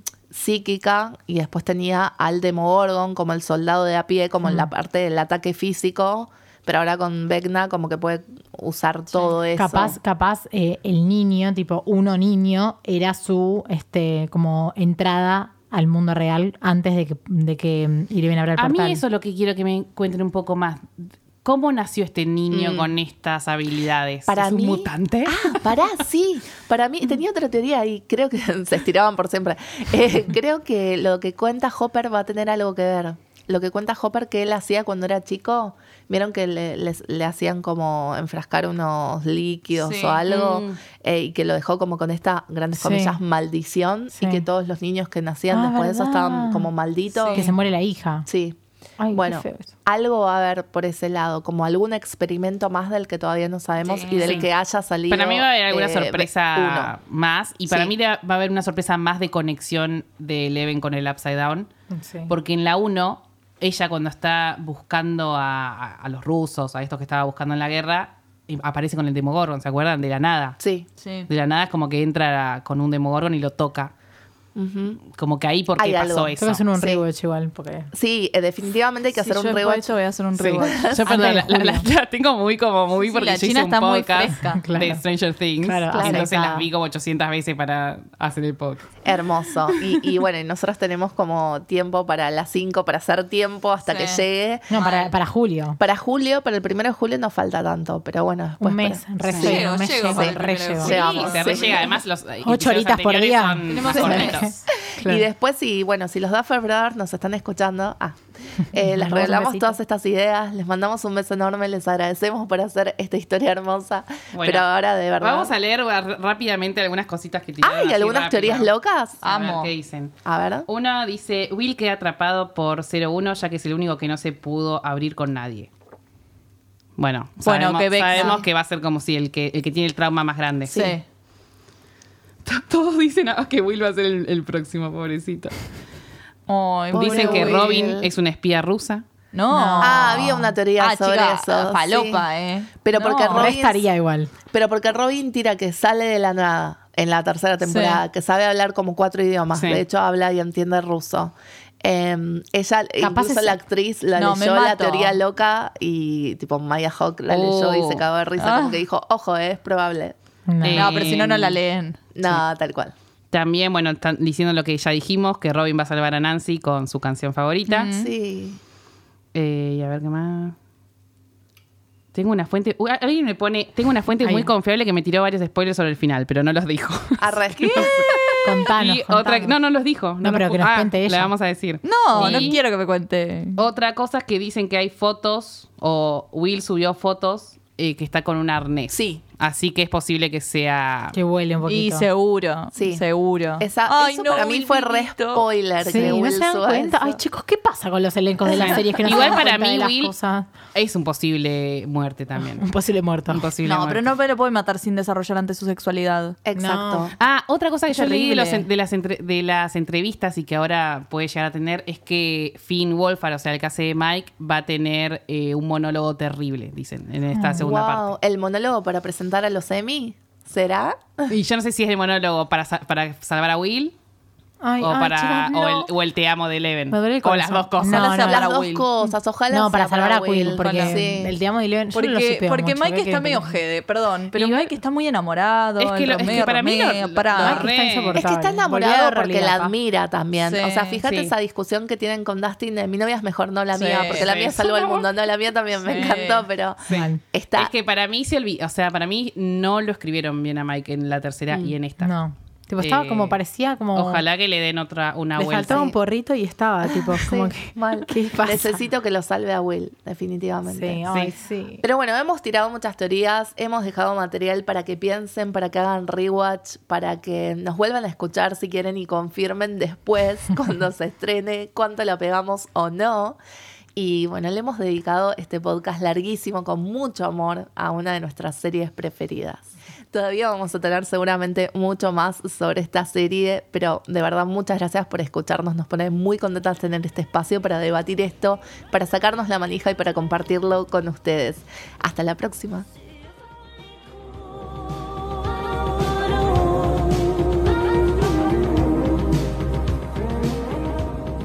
S5: psíquica y después tenía al Demogorgon como el soldado de a pie, como
S8: Mm.
S5: en la parte del ataque físico, pero ahora con Vecna como que puede usar todo eso.
S8: Capaz, capaz eh, el niño, tipo uno niño, era su este como entrada al mundo real antes de que, de que mm, Irene abra el
S6: A mí
S8: portal.
S6: eso es lo que quiero que me cuenten un poco más. ¿Cómo nació este niño
S5: Mm.
S6: con estas habilidades?
S5: Para
S6: ¿Es un
S5: mí-
S6: mutante?
S5: Ah,
S8: (laughs)
S5: pará, sí. Para mí,
S8: Mm.
S5: tenía otra teoría y creo que (laughs) se estiraban por siempre.
S8: (laughs)
S5: Eh, creo que lo que cuenta Hopper va a tener algo que ver. Lo que cuenta Hopper que él hacía cuando era chico, vieron que le, les- le hacían como enfrascar unos líquidos
S7: Sí.
S5: o algo eh, y que lo dejó como con esta, grandes
S8: Mm. Sí.
S5: comillas, maldición
S8: Sí.
S5: y que todos los niños que nacían
S8: Ah,
S5: después de eso
S8: verdad.
S5: estaban como malditos.
S8: Que se muere la hija.
S5: Sí.
S8: Ay, qué
S5: bueno,
S8: feo eso.
S5: algo va a haber por ese lado, como algún experimento más del que todavía no sabemos y del
S6: Sí.
S5: que haya salido.
S6: Para mí va a haber alguna
S5: eh,
S6: sorpresa
S5: uno.
S6: más. Y para
S5: Sí.
S6: mí va a haber una sorpresa más de conexión de Eleven con el Upside Down.
S8: Sí.
S6: Porque en la 1, ella cuando está buscando a, a- a los rusos, a estos que estaba buscando en la guerra, y aparece con el Demogorgon, ¿se acuerdan? De la nada.
S5: Sí.
S7: Sí.
S6: De la nada es como que entra con un Demogorgon y lo toca. Como que ahí porque
S5: Hay
S6: pasó
S5: algo.
S8: Tengo que
S6: eso.
S8: hacer un
S5: Sí.
S8: rewatch igual, porque.
S5: Sí, eh, definitivamente hay que
S7: Si
S5: hacer
S7: yo
S5: un
S7: después
S5: rewatch.
S7: de esto voy a hacer un rewatch. (laughs)
S6: Yo perdón,
S8: Antes de
S6: Ah, la, la- la- la tengo muy como muy
S7: Sí,
S6: porque
S7: la
S6: yo hice
S7: China
S6: un
S7: está muy
S6: podcast
S7: fresca.
S6: de
S8: Claro.
S6: Stranger Things.
S8: Claro,
S6: y entonces
S8: afectada.
S6: las vi como 800 veces para hacer el podcast.
S5: Hermoso. Y, y bueno, y nosotros tenemos como tiempo para las 5 para hacer tiempo hasta
S7: Sí.
S5: que llegue.
S8: No, para, para julio.
S5: Para julio, para el primero de julio no falta tanto, pero bueno, después.
S8: un mes,
S5: para-
S8: re
S5: Sí.
S8: lleno,
S7: Llego,
S8: un mes
S7: llego
S8: lleno,
S7: para el
S8: re
S7: primero de
S8: llego.
S7: julio.
S5: Llegamos,
S6: Sí, se re
S5: sí.
S6: llega. Además, los
S8: Ocho horitas por día.
S6: Tenemos
S7: Tenemos que ver.
S5: Y después, si, bueno, si los Duffer Brothers nos están escuchando,
S7: (laughs)
S5: ah, eh, les
S8: Mandamos un
S5: regalamos
S8: besito.
S5: todas estas ideas, les mandamos un beso enorme, les agradecemos por hacer esta historia hermosa.
S6: Bueno,
S5: pero ahora, de verdad.
S6: Vamos a leer r- rápidamente algunas cositas que tiraron.
S5: ¿Hay
S6: así
S5: algunas
S6: rápido.
S5: teorías locas?
S6: A ver
S7: Amo.
S6: ¿Qué dicen?
S5: A ver.
S6: Uno dice, Will queda atrapado por 01 ya que es el único que no se pudo abrir con nadie. Bueno,
S7: Bueno,
S6: sabemos,
S7: que Beck-
S6: sabemos
S7: sí.
S6: que va a ser como si el que, el que tiene el trauma más grande. (laughs)
S7: Sí.
S6: Todos dicen ah, que Will va a ser el, el próximo, pobrecito.
S7: Ay,
S6: Dicen que
S7: pobre
S6: Robin
S7: Will.
S6: es una teoría rusa.
S7: No.
S5: Ah, había una teoría
S7: Ah,
S5: sobre
S7: chica,
S5: eso,
S7: Falopa,
S5: sí.
S7: ¿eh?
S5: Pero porque
S8: Re
S5: Robin-
S8: estaría igual.
S5: Pero porque Robin tira que sale de la nada en la tercera temporada,
S7: Sí.
S5: que sabe hablar como cuatro idiomas.
S6: Sí.
S5: De hecho, habla y entiende ruso. Eh, ella, incluso
S8: es-
S5: la actriz, la
S7: No, me
S5: leyó la
S7: mato.
S5: teoría loca y tipo Maya Hawk la
S6: Oh.
S5: leyó y se cagó de risa,
S7: Ah.
S5: como que dijo, ojo, eh, es probable.
S8: No.
S6: Eh,
S7: No, pero si no, no la leen.
S5: No, tal cual.
S6: También, bueno, están diciendo lo que ya dijimos, que Robin va a salvar a Nancy con su canción favorita.
S5: Sí.
S6: Eh, y a ver qué más. Tengo una fuente. Uy, alguien me pone. Tengo una fuente
S8: Ahí.
S6: muy confiable que me tiró varios spoilers sobre el final, pero no los dijo.
S5: Arre.
S6: (laughs)
S8: Contanos.
S6: y otra.
S8: contanos.
S6: No, no los dijo.
S8: Ah, No,
S6: los
S8: pero que
S6: pu-
S8: nos
S6: Ah,
S8: cuente ella.
S6: Le vamos a decir.
S7: No,
S6: Y
S7: no quiero que me cuente.
S6: Otra cosa es que dicen que hay fotos, o Will subió fotos eh, que está con un arnés.
S5: Sí.
S6: Así que es posible que sea.
S8: Que huele un
S7: Y
S8: poquito.
S7: seguro.
S5: Sí.
S7: Seguro.
S5: Esa,
S7: Ay,
S5: eso
S7: no,
S5: para mí fue re
S7: Wilfredito.
S5: spoiler.
S8: Sí,
S5: que
S8: no
S5: Will
S8: se dan
S5: suba
S8: cuenta.
S5: eso.
S8: Ay, chicos, ¿qué pasa con los elencos de las series que no se
S6: Igual
S8: dan
S6: para
S8: cuenta de
S6: mí,
S8: las
S6: Will
S8: cosas?
S6: es un posible muerte
S8: (laughs)
S6: también.
S8: Un posible muerto.
S6: Un posible
S7: No,
S6: muerte.
S7: pero no me lo puede matar sin desarrollar ante su sexualidad.
S5: Exacto.
S8: No.
S6: Ah, otra cosa que
S7: Es
S6: yo leí de,
S7: terrible.
S6: los en- de las entre- de las entrevistas y que ahora puede llegar a tener es que Finn Wolfhard, o sea, el que hace de Mike, va a tener eh, un monólogo terrible, dicen, en
S8: Ah.
S6: esta segunda
S5: Wow, el monólogo para presentar a los Emmy, ¿será?
S6: parte. Y yo no sé si es el monólogo para, sa- para salvar a Will
S8: Ay,
S6: o,
S5: ah,
S8: ay,
S6: para,
S8: chicas, no.
S6: o, el, o el te amo de Eleven.
S8: Me duele el
S6: o las
S8: corazón.
S6: dos cosas.
S8: No,
S5: Ojalá sea
S8: no,
S5: las
S7: para
S5: dos
S7: Will.
S5: cosas, ojalá
S8: No,
S5: sea
S8: para salvar a Will, porque
S5: Sí.
S8: el diamo de Leon, yo no lo
S7: Porque,
S8: supeo
S7: porque
S8: mucho,
S7: Mike
S8: ve que-
S7: está medio jede, perdón. Pero
S6: Y
S7: Mike
S6: Mike-
S7: está muy enamorado.
S6: Es que
S7: el
S6: lo- es que
S7: Romeo,
S6: para mí lo-
S7: Romeo,
S6: lo-
S7: pará.
S8: Mike está insoportable.
S5: Es que está
S8: Volvió
S5: enamorado
S8: por
S5: porque la
S8: Lilapa.
S5: admira también.
S7: Sí,
S5: o sea, fíjate
S6: sí.
S5: esa discusión que tienen con Dustin de mi novia es mejor, no la
S7: Sí,
S5: mía, porque la
S6: sí.
S5: mía salvó el mundo, no la mía también me
S7: Sí.
S5: encantó, pero
S8: Mal.
S5: está.
S6: Es que para mí se olvidó, o sea, para mí no lo escribieron bien a Mike en la tercera y en esta.
S8: Mm, No. Tipo, estaba
S6: Eh,
S8: como parecía como.
S6: Ojalá que le den otra una
S8: Le
S6: vuelta.
S8: faltaba un porrito y estaba, tipo, como que.
S5: mal.
S8: ¿Qué pasa?
S5: Necesito que lo salve a Will, definitivamente.
S8: Sí, ay, sí.
S5: Pero bueno, hemos tirado muchas teorías, hemos dejado material para que piensen, para que hagan rewatch, para que nos vuelvan a escuchar si quieren y confirmen después cuando se estrene cuánto lo pegamos o no. Y bueno, le hemos dedicado este podcast larguísimo con mucho amor a una de nuestras series preferidas. Todavía vamos a tener seguramente mucho más sobre esta serie, pero de verdad muchas gracias por escucharnos. Nos pone muy contentas tener este espacio para debatir esto, para sacarnos la manija y para compartirlo con ustedes. Hasta la próxima.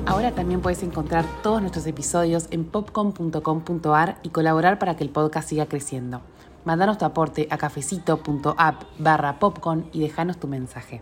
S1: Ahora también puedes encontrar todos nuestros episodios en popcom.com.ar y colaborar para que el podcast siga creciendo. Mandanos tu aporte a cafecito.app barra popcorn y dejanos tu mensaje.